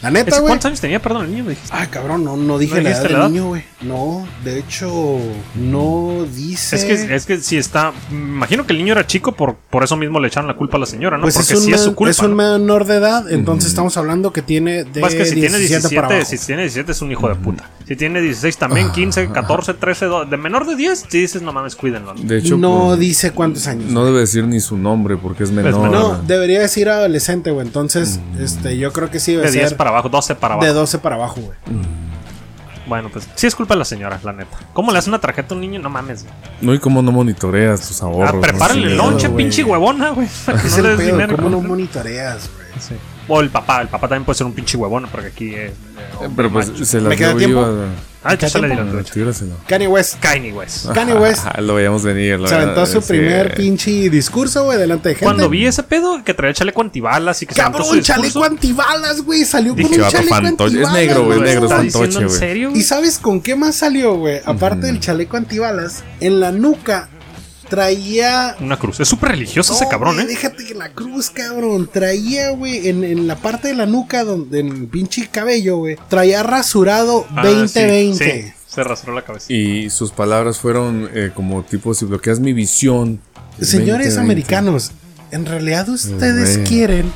Speaker 4: La neta,
Speaker 2: ¿Ese
Speaker 4: güey.
Speaker 2: ¿Cuántos años tenía? Perdón, el niño me dijiste.
Speaker 4: Ah, cabrón, no, no dije
Speaker 2: ¿No
Speaker 4: la edad
Speaker 2: dijiste
Speaker 4: del
Speaker 2: la edad?
Speaker 4: niño, güey. No, de hecho, no dice.
Speaker 2: Es que, es que si está. me Imagino que el niño era chico, por, por eso mismo le echaron la culpa a la señora, ¿no?
Speaker 4: Pues
Speaker 2: Porque
Speaker 4: es un,
Speaker 2: sí es su
Speaker 4: men-
Speaker 2: culpa.
Speaker 4: es un
Speaker 2: ¿no?
Speaker 4: menor de edad, entonces estamos hablando que tiene de
Speaker 2: Más que si
Speaker 4: 17,
Speaker 2: tiene 17,
Speaker 4: para abajo. Mm. Ah.
Speaker 2: si tiene 17 es un hijo de puta. Si tiene 16 también, 15, 14, 13, do- de menor de 10, si dices, no mames, cuídenlo.
Speaker 1: De hecho,
Speaker 4: no
Speaker 1: pues,
Speaker 4: dice cuántos años.
Speaker 1: no debe decir ni su nombre porque es menor.
Speaker 2: menor.
Speaker 4: No, debería decir adolescente, güey. Entonces,
Speaker 1: Mm.
Speaker 4: este, yo creo que sí debe
Speaker 2: De 10
Speaker 4: ser
Speaker 2: para abajo, 12 para abajo.
Speaker 4: de 12 para abajo, güey.
Speaker 2: Bueno, pues sí es culpa de la señora, la neta. ¿Cómo le hace una tarjeta a un niño? No mames. güey.
Speaker 1: No, y cómo no monitoreas tus ahorros.
Speaker 2: Ah,
Speaker 1: ¿no?
Speaker 2: prepárenle
Speaker 1: Sí,
Speaker 2: el
Speaker 4: lonche,
Speaker 2: lonche,
Speaker 4: güey.
Speaker 2: pinche huevona, güey. para que
Speaker 4: <laughs> Es
Speaker 2: no le
Speaker 4: el
Speaker 2: des
Speaker 4: pedo,
Speaker 2: dinero.
Speaker 4: ¿cómo no monitoreas, güey?
Speaker 2: Sí. O el papá, el papá también puede ser un pinche huevón, porque aquí es. eh,
Speaker 1: Pero pues
Speaker 2: macho.
Speaker 1: se las
Speaker 4: ¿Me queda
Speaker 1: dio
Speaker 4: tiempo?
Speaker 1: viva.
Speaker 2: Ah, ya se le
Speaker 4: tiempo?
Speaker 2: dieron derecho.
Speaker 1: Retíraselo.
Speaker 4: Kanye West.
Speaker 2: Kanye West.
Speaker 1: Ah.
Speaker 4: Kanye West
Speaker 1: Ajá, Lo veíamos venir. la
Speaker 4: Pues, se aventó
Speaker 1: verdad,
Speaker 4: su
Speaker 1: sí.
Speaker 4: primer pinche discurso, güey, delante de gente.
Speaker 2: Cuando vi ese pedo que traía chaleco antibalas y que se aventó su
Speaker 4: Cabrón, chaleco
Speaker 2: discurso,
Speaker 4: antibalas, güey. Salió con
Speaker 2: Dije,
Speaker 4: un
Speaker 1: vato
Speaker 4: chaleco
Speaker 1: fantoche. Es
Speaker 4: antibalas.
Speaker 1: negro, güey,
Speaker 2: ¿me
Speaker 1: negro,
Speaker 2: está
Speaker 1: fantoche,
Speaker 2: diciendo en
Speaker 1: güey.
Speaker 2: serio?
Speaker 4: ¿Y sabes con qué más salió, güey? Aparte del chaleco antibalas, en la nuca traía.
Speaker 2: Una cruz. Es súper religioso ese
Speaker 4: No,
Speaker 2: cabrón,
Speaker 4: güey,
Speaker 2: ¿eh?
Speaker 4: Déjate que la cruz, cabrón. Traía, güey, en, en la parte de la nuca, donde en el pinche cabello, güey, traía rasurado
Speaker 2: Ah,
Speaker 4: 20-20.
Speaker 2: sí, sí, se rastró la cabeza.
Speaker 1: Y sus palabras fueron eh, como tipo, si bloqueas mi visión.
Speaker 4: Señores
Speaker 1: 20,
Speaker 4: americanos, en realidad
Speaker 1: Pues,
Speaker 4: ustedes
Speaker 1: Güey.
Speaker 4: quieren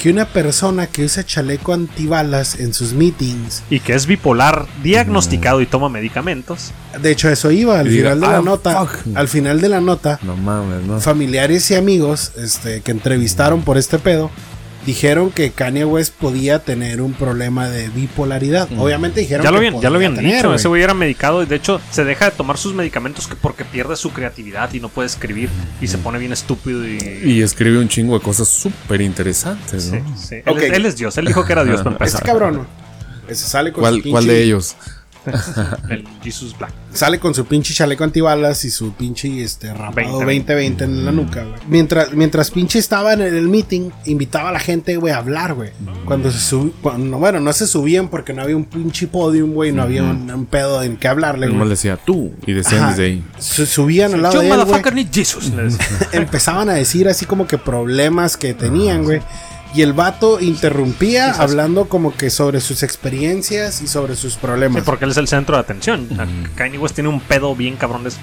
Speaker 4: que una persona que usa chaleco antibalas en sus meetings.
Speaker 2: Y que es bipolar, diagnosticado y toma medicamentos.
Speaker 4: De hecho, eso iba al
Speaker 1: Y diga,
Speaker 4: final de la
Speaker 1: "Ah,
Speaker 4: nota.
Speaker 1: fuck".
Speaker 4: Al final de la nota,
Speaker 1: 20. No mames, no.
Speaker 4: familiares y amigos este, que entrevistaron por este pedo dijeron que Kanye West podía tener un problema de bipolaridad.
Speaker 1: Mm.
Speaker 4: Obviamente dijeron
Speaker 2: Ya lo
Speaker 4: que
Speaker 2: habían, ya lo
Speaker 4: podía
Speaker 2: habían
Speaker 4: tener,
Speaker 2: dicho.
Speaker 4: güey.
Speaker 2: Ese güey era medicado y de hecho se deja de tomar sus medicamentos que porque pierde su creatividad y no puede escribir y se pone bien estúpido y.
Speaker 1: Y escribe un chingo de cosas súper interesantes,
Speaker 2: sí,
Speaker 1: ¿no?
Speaker 2: sí. Él,
Speaker 4: Ok.
Speaker 2: es, él es Dios. Él dijo que era Dios para
Speaker 4: Este
Speaker 2: empezar.
Speaker 4: cabrón, güey, ese sale con su
Speaker 1: ¿Cuál,
Speaker 4: pinche-
Speaker 1: ¿Cuál de ellos?
Speaker 2: El Jesus Black.
Speaker 4: Sale con su pinche chaleco antibalas y su pinche este rapado
Speaker 2: 20.
Speaker 4: 2020 en
Speaker 1: Mm.
Speaker 4: la nuca, güey. Mientras, mientras pinche estaba en el meeting, invitaba a la gente, güey, a hablar, güey.
Speaker 1: Mm.
Speaker 4: Cuando se sub- cuando- bueno, no se subían porque no había un pinche podium, güey, no había un, un pedo en que hablarle,
Speaker 1: Nomás
Speaker 4: güey.
Speaker 1: le decía tú y decían
Speaker 4: Ajá.
Speaker 1: Mm. desde ahí.
Speaker 4: Su- subían al lado
Speaker 2: Yo,
Speaker 4: de él, güey.
Speaker 2: motherfucker, need Jesus. le decía.
Speaker 4: empezaban a decir así como que problemas que
Speaker 1: Ah,
Speaker 4: tenían, güey. Y el vato interrumpía hablando como que sobre sus experiencias y sobre sus
Speaker 2: Sí,
Speaker 4: problemas.
Speaker 2: porque él es el centro de atención. Kanye West tiene un pedo bien cabrón de eso.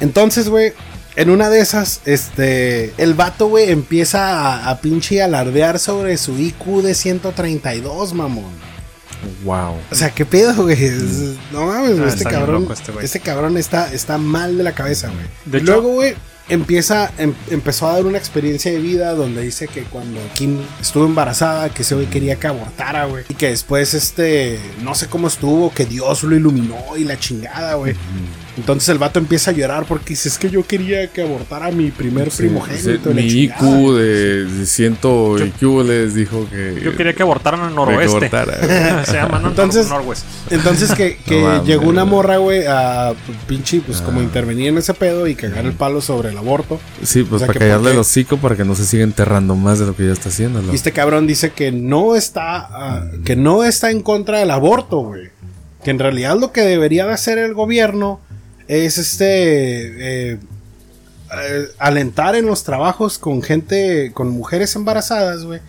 Speaker 4: Entonces, güey, en una de esas, este, el vato, güey, empieza a, a pinche alardear sobre su IQ de 132, mamón.
Speaker 1: Wow.
Speaker 4: O sea, qué pedo, güey. Es- No mames, güey,
Speaker 2: Ah,
Speaker 4: este
Speaker 2: está bien
Speaker 4: cabrón.
Speaker 2: loco este güey.
Speaker 4: Este cabrón está, está mal de la cabeza, güey.
Speaker 2: De
Speaker 4: Y
Speaker 2: hecho-
Speaker 4: Luego, güey, empieza, em- empezó a dar una experiencia de vida donde dice que cuando Kim estuvo embarazada, que ese güey quería que abortara, güey. Y que después, este, no sé cómo estuvo, que Dios lo iluminó y la chingada, güey. Entonces el vato empieza a llorar porque dice, es que yo quería que abortara a mi primer primogénito. y la
Speaker 1: mi IQ
Speaker 4: chingada".
Speaker 1: de, de 100 IQ les dijo que.
Speaker 2: Yo quería este. que abortaran al
Speaker 1: que
Speaker 2: noroeste.
Speaker 1: abortara.
Speaker 2: <laughs> Se llaman al
Speaker 4: Entonces-
Speaker 2: nor- noroeste.
Speaker 4: Entonces que, que
Speaker 1: <laughs> No mames. Ah.
Speaker 4: llegó una morra, güey, a pinche, pues como intervenir en ese pedo y cagar el palo sobre el aborto.
Speaker 1: Sí, pues
Speaker 4: O sea,
Speaker 1: para
Speaker 4: que
Speaker 1: callarle
Speaker 4: porque-
Speaker 1: el hocico para que no se siga enterrando más de lo que ya está haciendo. ¿no?
Speaker 4: Y este cabrón dice que no está, ah, que no está en contra del aborto, güey. Que en realidad lo que debería de hacer el gobierno es este eh, eh, alentar en los trabajos con gente, con mujeres embarazadas, güey.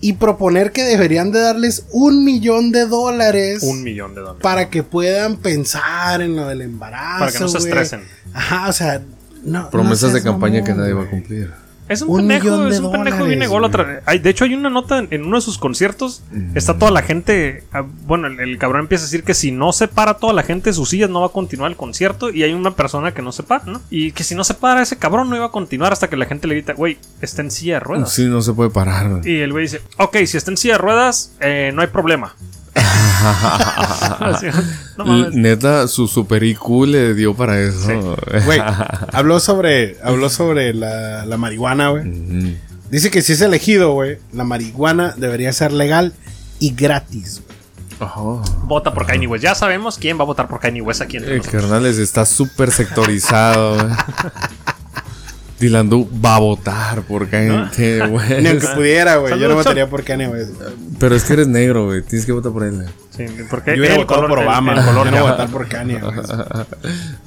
Speaker 4: Y proponer que deberían de darles un millón de dólares.
Speaker 2: Un millón de dólares.
Speaker 4: para que puedan pensar en lo del embarazo.
Speaker 2: Para que no se
Speaker 4: güey.
Speaker 2: estresen.
Speaker 4: Ajá, o sea, no.
Speaker 1: Promesas
Speaker 4: no
Speaker 1: de
Speaker 4: seas
Speaker 1: campaña
Speaker 4: mamón,
Speaker 1: que nadie va a
Speaker 4: güey.
Speaker 1: cumplir.
Speaker 2: Es un,
Speaker 4: Un
Speaker 2: pendejo,
Speaker 4: millón
Speaker 2: es
Speaker 4: de
Speaker 2: un pendejo bien
Speaker 4: dólares,
Speaker 2: ególatra. Hay- De hecho, hay una nota en- en uno de sus conciertos. Está toda la gente. ah, Bueno, el, el cabrón empieza a decir que si no se para toda la gente de sus sillas, no va a continuar el concierto. Y hay una persona que no se para, ¿no? Y que si no se para, ese cabrón no iba a continuar hasta que la gente le grita, güey, está en silla de ruedas.
Speaker 1: Sí, no se puede parar. güey.
Speaker 2: Y el güey dice, ok, si está en silla de ruedas, eh, no hay
Speaker 4: <laughs>
Speaker 2: problema. Así, no
Speaker 1: L-
Speaker 2: mames.
Speaker 1: Neta, su super IQ le dio para eso. <laughs>
Speaker 4: Güey, habló sobre, habló sobre la, la marihuana, güey.
Speaker 1: Mm.
Speaker 4: Dice que si es elegido, güey, la marihuana debería ser legal y gratis. güey.
Speaker 1: Ajá.
Speaker 2: Vota por Kanye West. Ya sabemos quién va a votar por Kanye West aquí entre
Speaker 1: Eh,
Speaker 2: nosotros.
Speaker 1: carnales, está súper sectorizado. güey. <laughs> Dylan Du va a votar por gente, güey.
Speaker 4: Ni aunque pudiera, güey. Yo no
Speaker 2: Saludos,
Speaker 4: votaría por Kanye
Speaker 2: Eh,
Speaker 4: West. güey.
Speaker 1: Pero es que eres negro, güey. Tienes que votar por él. güey.
Speaker 2: Sí, porque
Speaker 4: Yo hubiera
Speaker 2: el
Speaker 4: votado
Speaker 2: color
Speaker 4: por
Speaker 2: del-
Speaker 4: Obama.
Speaker 2: el color
Speaker 4: yo
Speaker 2: de-
Speaker 4: no voy a votar por Kanye, güey.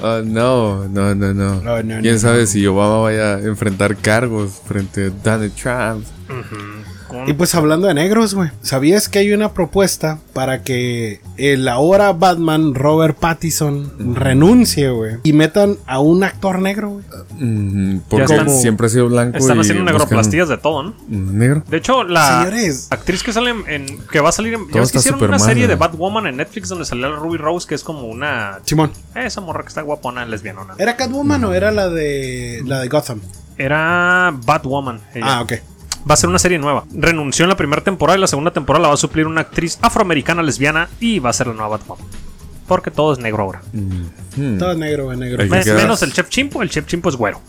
Speaker 1: Ah, no, no, no, no.
Speaker 4: No, no,
Speaker 1: Quién
Speaker 4: no,
Speaker 1: sabe si Obama vaya a enfrentar cargos frente a Donald Trump.
Speaker 2: con-
Speaker 4: Y pues hablando de negros, güey. ¿Sabías que hay una propuesta para que el ahora Batman Robert Pattinson renuncie, güey? Y metan a un actor negro, güey.
Speaker 1: Mm, porque
Speaker 2: están-
Speaker 1: siempre ha sido blanco.
Speaker 2: Están
Speaker 1: y
Speaker 2: haciendo
Speaker 1: buscan-
Speaker 2: negroplastías de todo, ¿no?
Speaker 1: Mm, Negro.
Speaker 2: De hecho, la
Speaker 4: Señores.
Speaker 2: actriz que sale en, en- que va a salir en.
Speaker 1: Todo
Speaker 2: Ya ves que
Speaker 1: está
Speaker 2: hicieron
Speaker 1: súper
Speaker 2: una
Speaker 1: mal,
Speaker 2: serie
Speaker 1: güey.
Speaker 2: de Batwoman en Netflix donde salía la Ruby Rose, que es como una.
Speaker 4: Simón.
Speaker 2: Esa morra que está guapona, lesbianona.
Speaker 4: ¿Era Catwoman o era la de la de Gotham?
Speaker 2: Era Batwoman. ella.
Speaker 4: Ah, ok.
Speaker 2: Va a ser una serie nueva. Renunció en la primera temporada y la segunda temporada la va a suplir una actriz afroamericana lesbiana y va a ser la nueva Batwoman. Porque todo es negro ahora.
Speaker 1: Mm.
Speaker 4: Todo negro, güey, negro.
Speaker 1: Ahí
Speaker 2: Me-
Speaker 1: queda-
Speaker 2: menos el Chef Chimpo. El Chef Chimpo es güero.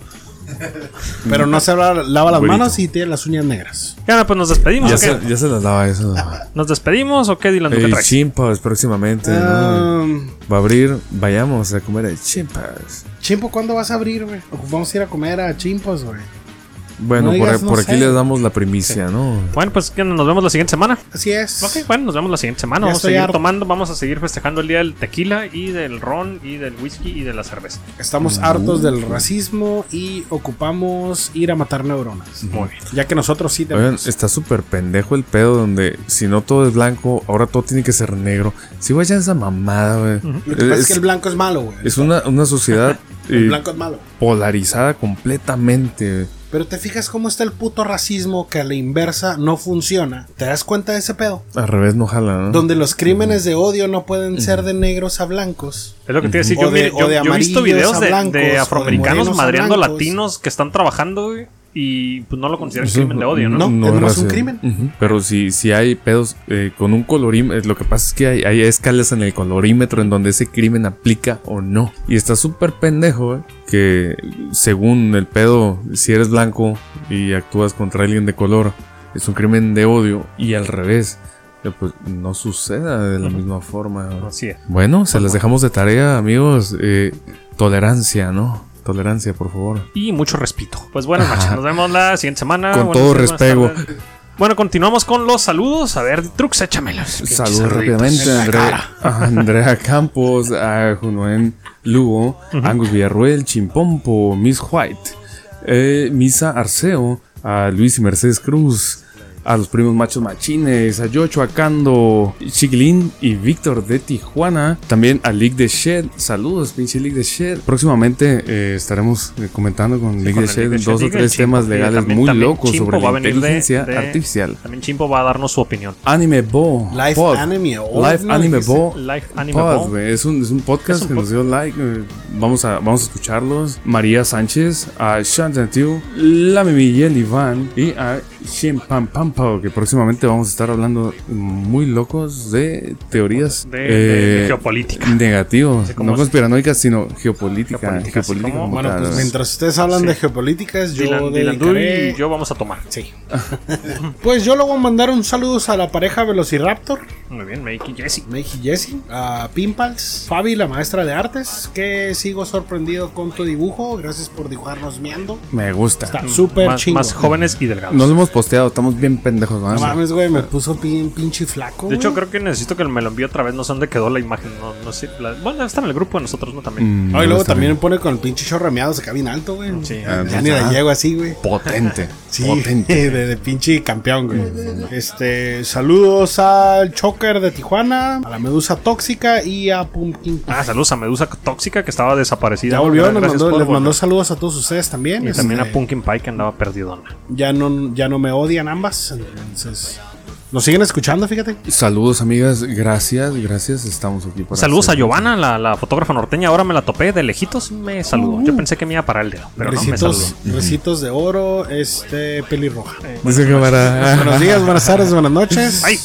Speaker 4: Pero no se lava, lava las
Speaker 1: Güerito.
Speaker 4: manos y tiene las uñas negras.
Speaker 2: Ya, no, Ah, pues nos despedimos.
Speaker 1: Ya,
Speaker 2: ¿o qué?
Speaker 1: se, ya se las daba eso.
Speaker 2: ¿Nos despedimos o qué, Dylan? ¿Tú qué
Speaker 1: Ey,
Speaker 2: traes?
Speaker 1: chimpas próximamente. ¿no?
Speaker 4: Um,
Speaker 1: Va a abrir. Vayamos a comer a chimpas.
Speaker 4: Chimpo, ¿cuándo vas a abrir, güey? Vamos a ir a comer a Chimpos, güey.
Speaker 1: Bueno,
Speaker 4: No
Speaker 1: por,
Speaker 4: digas, no
Speaker 1: por aquí
Speaker 4: sé.
Speaker 1: les damos la primicia, ¿no?
Speaker 2: Bueno, pues que nos vemos la siguiente semana.
Speaker 4: Así es.
Speaker 2: Ok, bueno, nos vemos la siguiente semana.
Speaker 4: Ya
Speaker 2: Vamos a
Speaker 4: estoy
Speaker 2: seguir
Speaker 4: harto.
Speaker 2: tomando, vamos a seguir festejando el día del tequila y del ron y del whisky y de la cerveza.
Speaker 4: Estamos hartos del racismo y ocupamos ir a matar neuronas.
Speaker 2: Muy bien.
Speaker 4: Ya que nosotros sí
Speaker 1: Oigan,
Speaker 4: tenemos.
Speaker 1: está súper pendejo el pedo donde si no todo es blanco, ahora todo tiene que ser negro. Si vayan esa mamada, güey.
Speaker 4: Lo que pasa es,
Speaker 1: Es,
Speaker 4: que el blanco es malo, güey.
Speaker 1: es una, una sociedad eh,
Speaker 4: <laughs> El blanco es malo.
Speaker 1: polarizada completamente. güey.
Speaker 4: Pero te fijas cómo está el puto racismo que a la inversa no funciona. ¿Te das cuenta de ese pedo?
Speaker 1: Al revés no jala, ¿no?
Speaker 4: Donde los crímenes de odio no pueden ser de negros a blancos.
Speaker 2: Es lo que te iba a decir.
Speaker 4: O
Speaker 2: Yo,
Speaker 4: de-
Speaker 2: mire,
Speaker 4: o
Speaker 2: yo-
Speaker 4: de
Speaker 2: yo he visto
Speaker 4: amarillos
Speaker 2: videos
Speaker 4: a
Speaker 2: de, de
Speaker 4: blancos, o de
Speaker 2: afroamericanos
Speaker 4: morenos a
Speaker 2: madreando
Speaker 4: blancos.
Speaker 2: latinos que están trabajando, güey, Y pues no lo consideran
Speaker 1: Eso
Speaker 2: crimen de odio, ¿no?
Speaker 4: no. es nomás un
Speaker 1: racismo.
Speaker 4: crimen.
Speaker 1: Ujú. Pero si, si hay pedos eh, con un colorímetro, lo que pasa es que hay, hay escalas en el colorímetro en donde ese crimen aplica o no. Y está súper pendejo, eh, que según el pedo, si eres blanco y actúas contra alguien de color, es un crimen de odio y al revés. que, pues, no suceda de la
Speaker 2: Ujú.
Speaker 1: misma forma.
Speaker 2: Así es.
Speaker 1: Bueno, se las dejamos de tarea, amigos. Eh, tolerancia, ¿no? Tolerancia, por favor.
Speaker 2: Y mucho respeto. Pues buenas
Speaker 1: Ajá.
Speaker 2: noches. Nos vemos la siguiente semana.
Speaker 1: Con
Speaker 2: Buenos
Speaker 1: todo
Speaker 2: días, buenas
Speaker 1: respego.
Speaker 2: tardes. Bueno, continuamos con los saludos. A ver, Trux, échamelos. Pinches
Speaker 1: Saludos
Speaker 2: saluditos.
Speaker 1: rápidamente a
Speaker 4: En la
Speaker 1: <laughs> Andrea, a Andrea Campos, a Junoen Lugo, Angus Villarruel, Chimpompo, Miss White, eh, Misa Arceo, a Luis y Mercedes Cruz, a los primos machos machines, a Yocho Acando, Chiquilín y Víctor de Tijuana, también a League de Shed, saludos pinche League de Shed. Próximamente eh, estaremos eh, comentando con League
Speaker 2: Con
Speaker 1: de
Speaker 2: el League
Speaker 1: Shed
Speaker 2: de
Speaker 1: dos
Speaker 2: Shed,
Speaker 1: o
Speaker 2: diga,
Speaker 1: tres
Speaker 2: el Chimpo,
Speaker 1: temas
Speaker 2: diga,
Speaker 1: legales
Speaker 2: también-
Speaker 1: muy
Speaker 2: también
Speaker 1: locos
Speaker 2: Chimpo
Speaker 1: sobre
Speaker 2: va a
Speaker 1: la
Speaker 2: venir de-
Speaker 1: inteligencia
Speaker 2: de-
Speaker 1: artificial.
Speaker 2: También Chimpo va a darnos su opinión.
Speaker 1: Anime Bo.
Speaker 4: Live
Speaker 1: Pod.
Speaker 4: Anime, oh,
Speaker 1: Live
Speaker 4: no
Speaker 1: Anime
Speaker 4: dijiste.
Speaker 1: Bo.
Speaker 2: Live Anime
Speaker 1: Pod,
Speaker 2: Bo.
Speaker 1: güey. Es un, es un podcast
Speaker 2: Es un
Speaker 1: que nos dio like. eh, Vamos a, vamos a escucharlos. María Sánchez, a Sean Gentil, la Miguel Iván y a Shin Pam Pam Pao, que próximamente vamos a estar hablando muy locos de teorías
Speaker 2: De- de- de
Speaker 1: eh,
Speaker 2: geopolítica.
Speaker 1: Negativos,
Speaker 2: como
Speaker 1: no
Speaker 2: es-
Speaker 1: conspiranoicas, sino geopolítica.
Speaker 2: Geopolítica, así
Speaker 1: geopolítica
Speaker 2: como-
Speaker 1: como
Speaker 4: Bueno,
Speaker 1: tal.
Speaker 4: pues mientras ustedes hablan
Speaker 2: Sí.
Speaker 4: de geopolíticas, yo
Speaker 2: Dylan, Dylan Dewey
Speaker 4: dedicaré-
Speaker 2: y yo vamos a tomar. <laughs>
Speaker 4: Sí. pues yo luego mandar un saludos a la pareja Velociraptor,
Speaker 2: Muy bien, Mikey Jesse.
Speaker 4: Meiji Jesse, a Pimpals, Fabi, la maestra de artes, que sigo sorprendido con tu dibujo. Gracias por dibujarnos miando.
Speaker 1: Me gusta.
Speaker 4: Está súper
Speaker 2: Mm, Más,
Speaker 4: chingo.
Speaker 2: más jóvenes y delgados.
Speaker 1: No lo hemos posteado, estamos bien pendejos. ¿no?
Speaker 4: No mames, güey, me puso bien pinche flaco.
Speaker 2: de hecho,
Speaker 4: güey.
Speaker 2: creo que necesito que me lo envíe otra vez. No sé dónde quedó la imagen. No, no sé. La- bueno, está en el grupo de nosotros, ¿no? También.
Speaker 1: Mm,
Speaker 4: Ay,
Speaker 1: no
Speaker 4: luego
Speaker 1: está
Speaker 4: también
Speaker 1: bien.
Speaker 4: me pone con el pinche chorremeado, se cae bien alto, güey.
Speaker 2: Sí.
Speaker 4: ya
Speaker 1: Ah,
Speaker 4: ni la
Speaker 1: ah.
Speaker 4: llego así, güey.
Speaker 1: Potente.
Speaker 4: Sí, <laughs>
Speaker 1: Potente.
Speaker 4: de, de pinche campeón, güey. Este, saludos al Choker de Tijuana, a la Medusa Tóxica y a Pumpkin.
Speaker 2: Ah, saludos a Medusa Tóxica que estaba desaparecida.
Speaker 4: Ya volvió, nos
Speaker 2: Gracias
Speaker 4: mandó-
Speaker 2: por
Speaker 4: les
Speaker 2: volver.
Speaker 4: mandó saludos a todos ustedes también.
Speaker 2: Y también a
Speaker 4: Este,
Speaker 2: Pumpkin Pie que andaba perdidona.
Speaker 4: Ya no, ya no me odian ambas, entonces... Nos siguen escuchando, fíjate.
Speaker 1: Saludos, amigas. Gracias, gracias. Estamos aquí para.
Speaker 2: Saludos a
Speaker 1: hacer-
Speaker 2: Giovanna, la, la fotógrafa norteña. Ahora me la topé de lejitos. Me saludó. Yo pensé que me iba a parar el dedo, pero no me saludó.
Speaker 4: Recitos, recitos de oro, este, pelirroja.
Speaker 1: Dice que para.
Speaker 4: Buenos días, buenas tardes, buenas noches.
Speaker 2: Ay.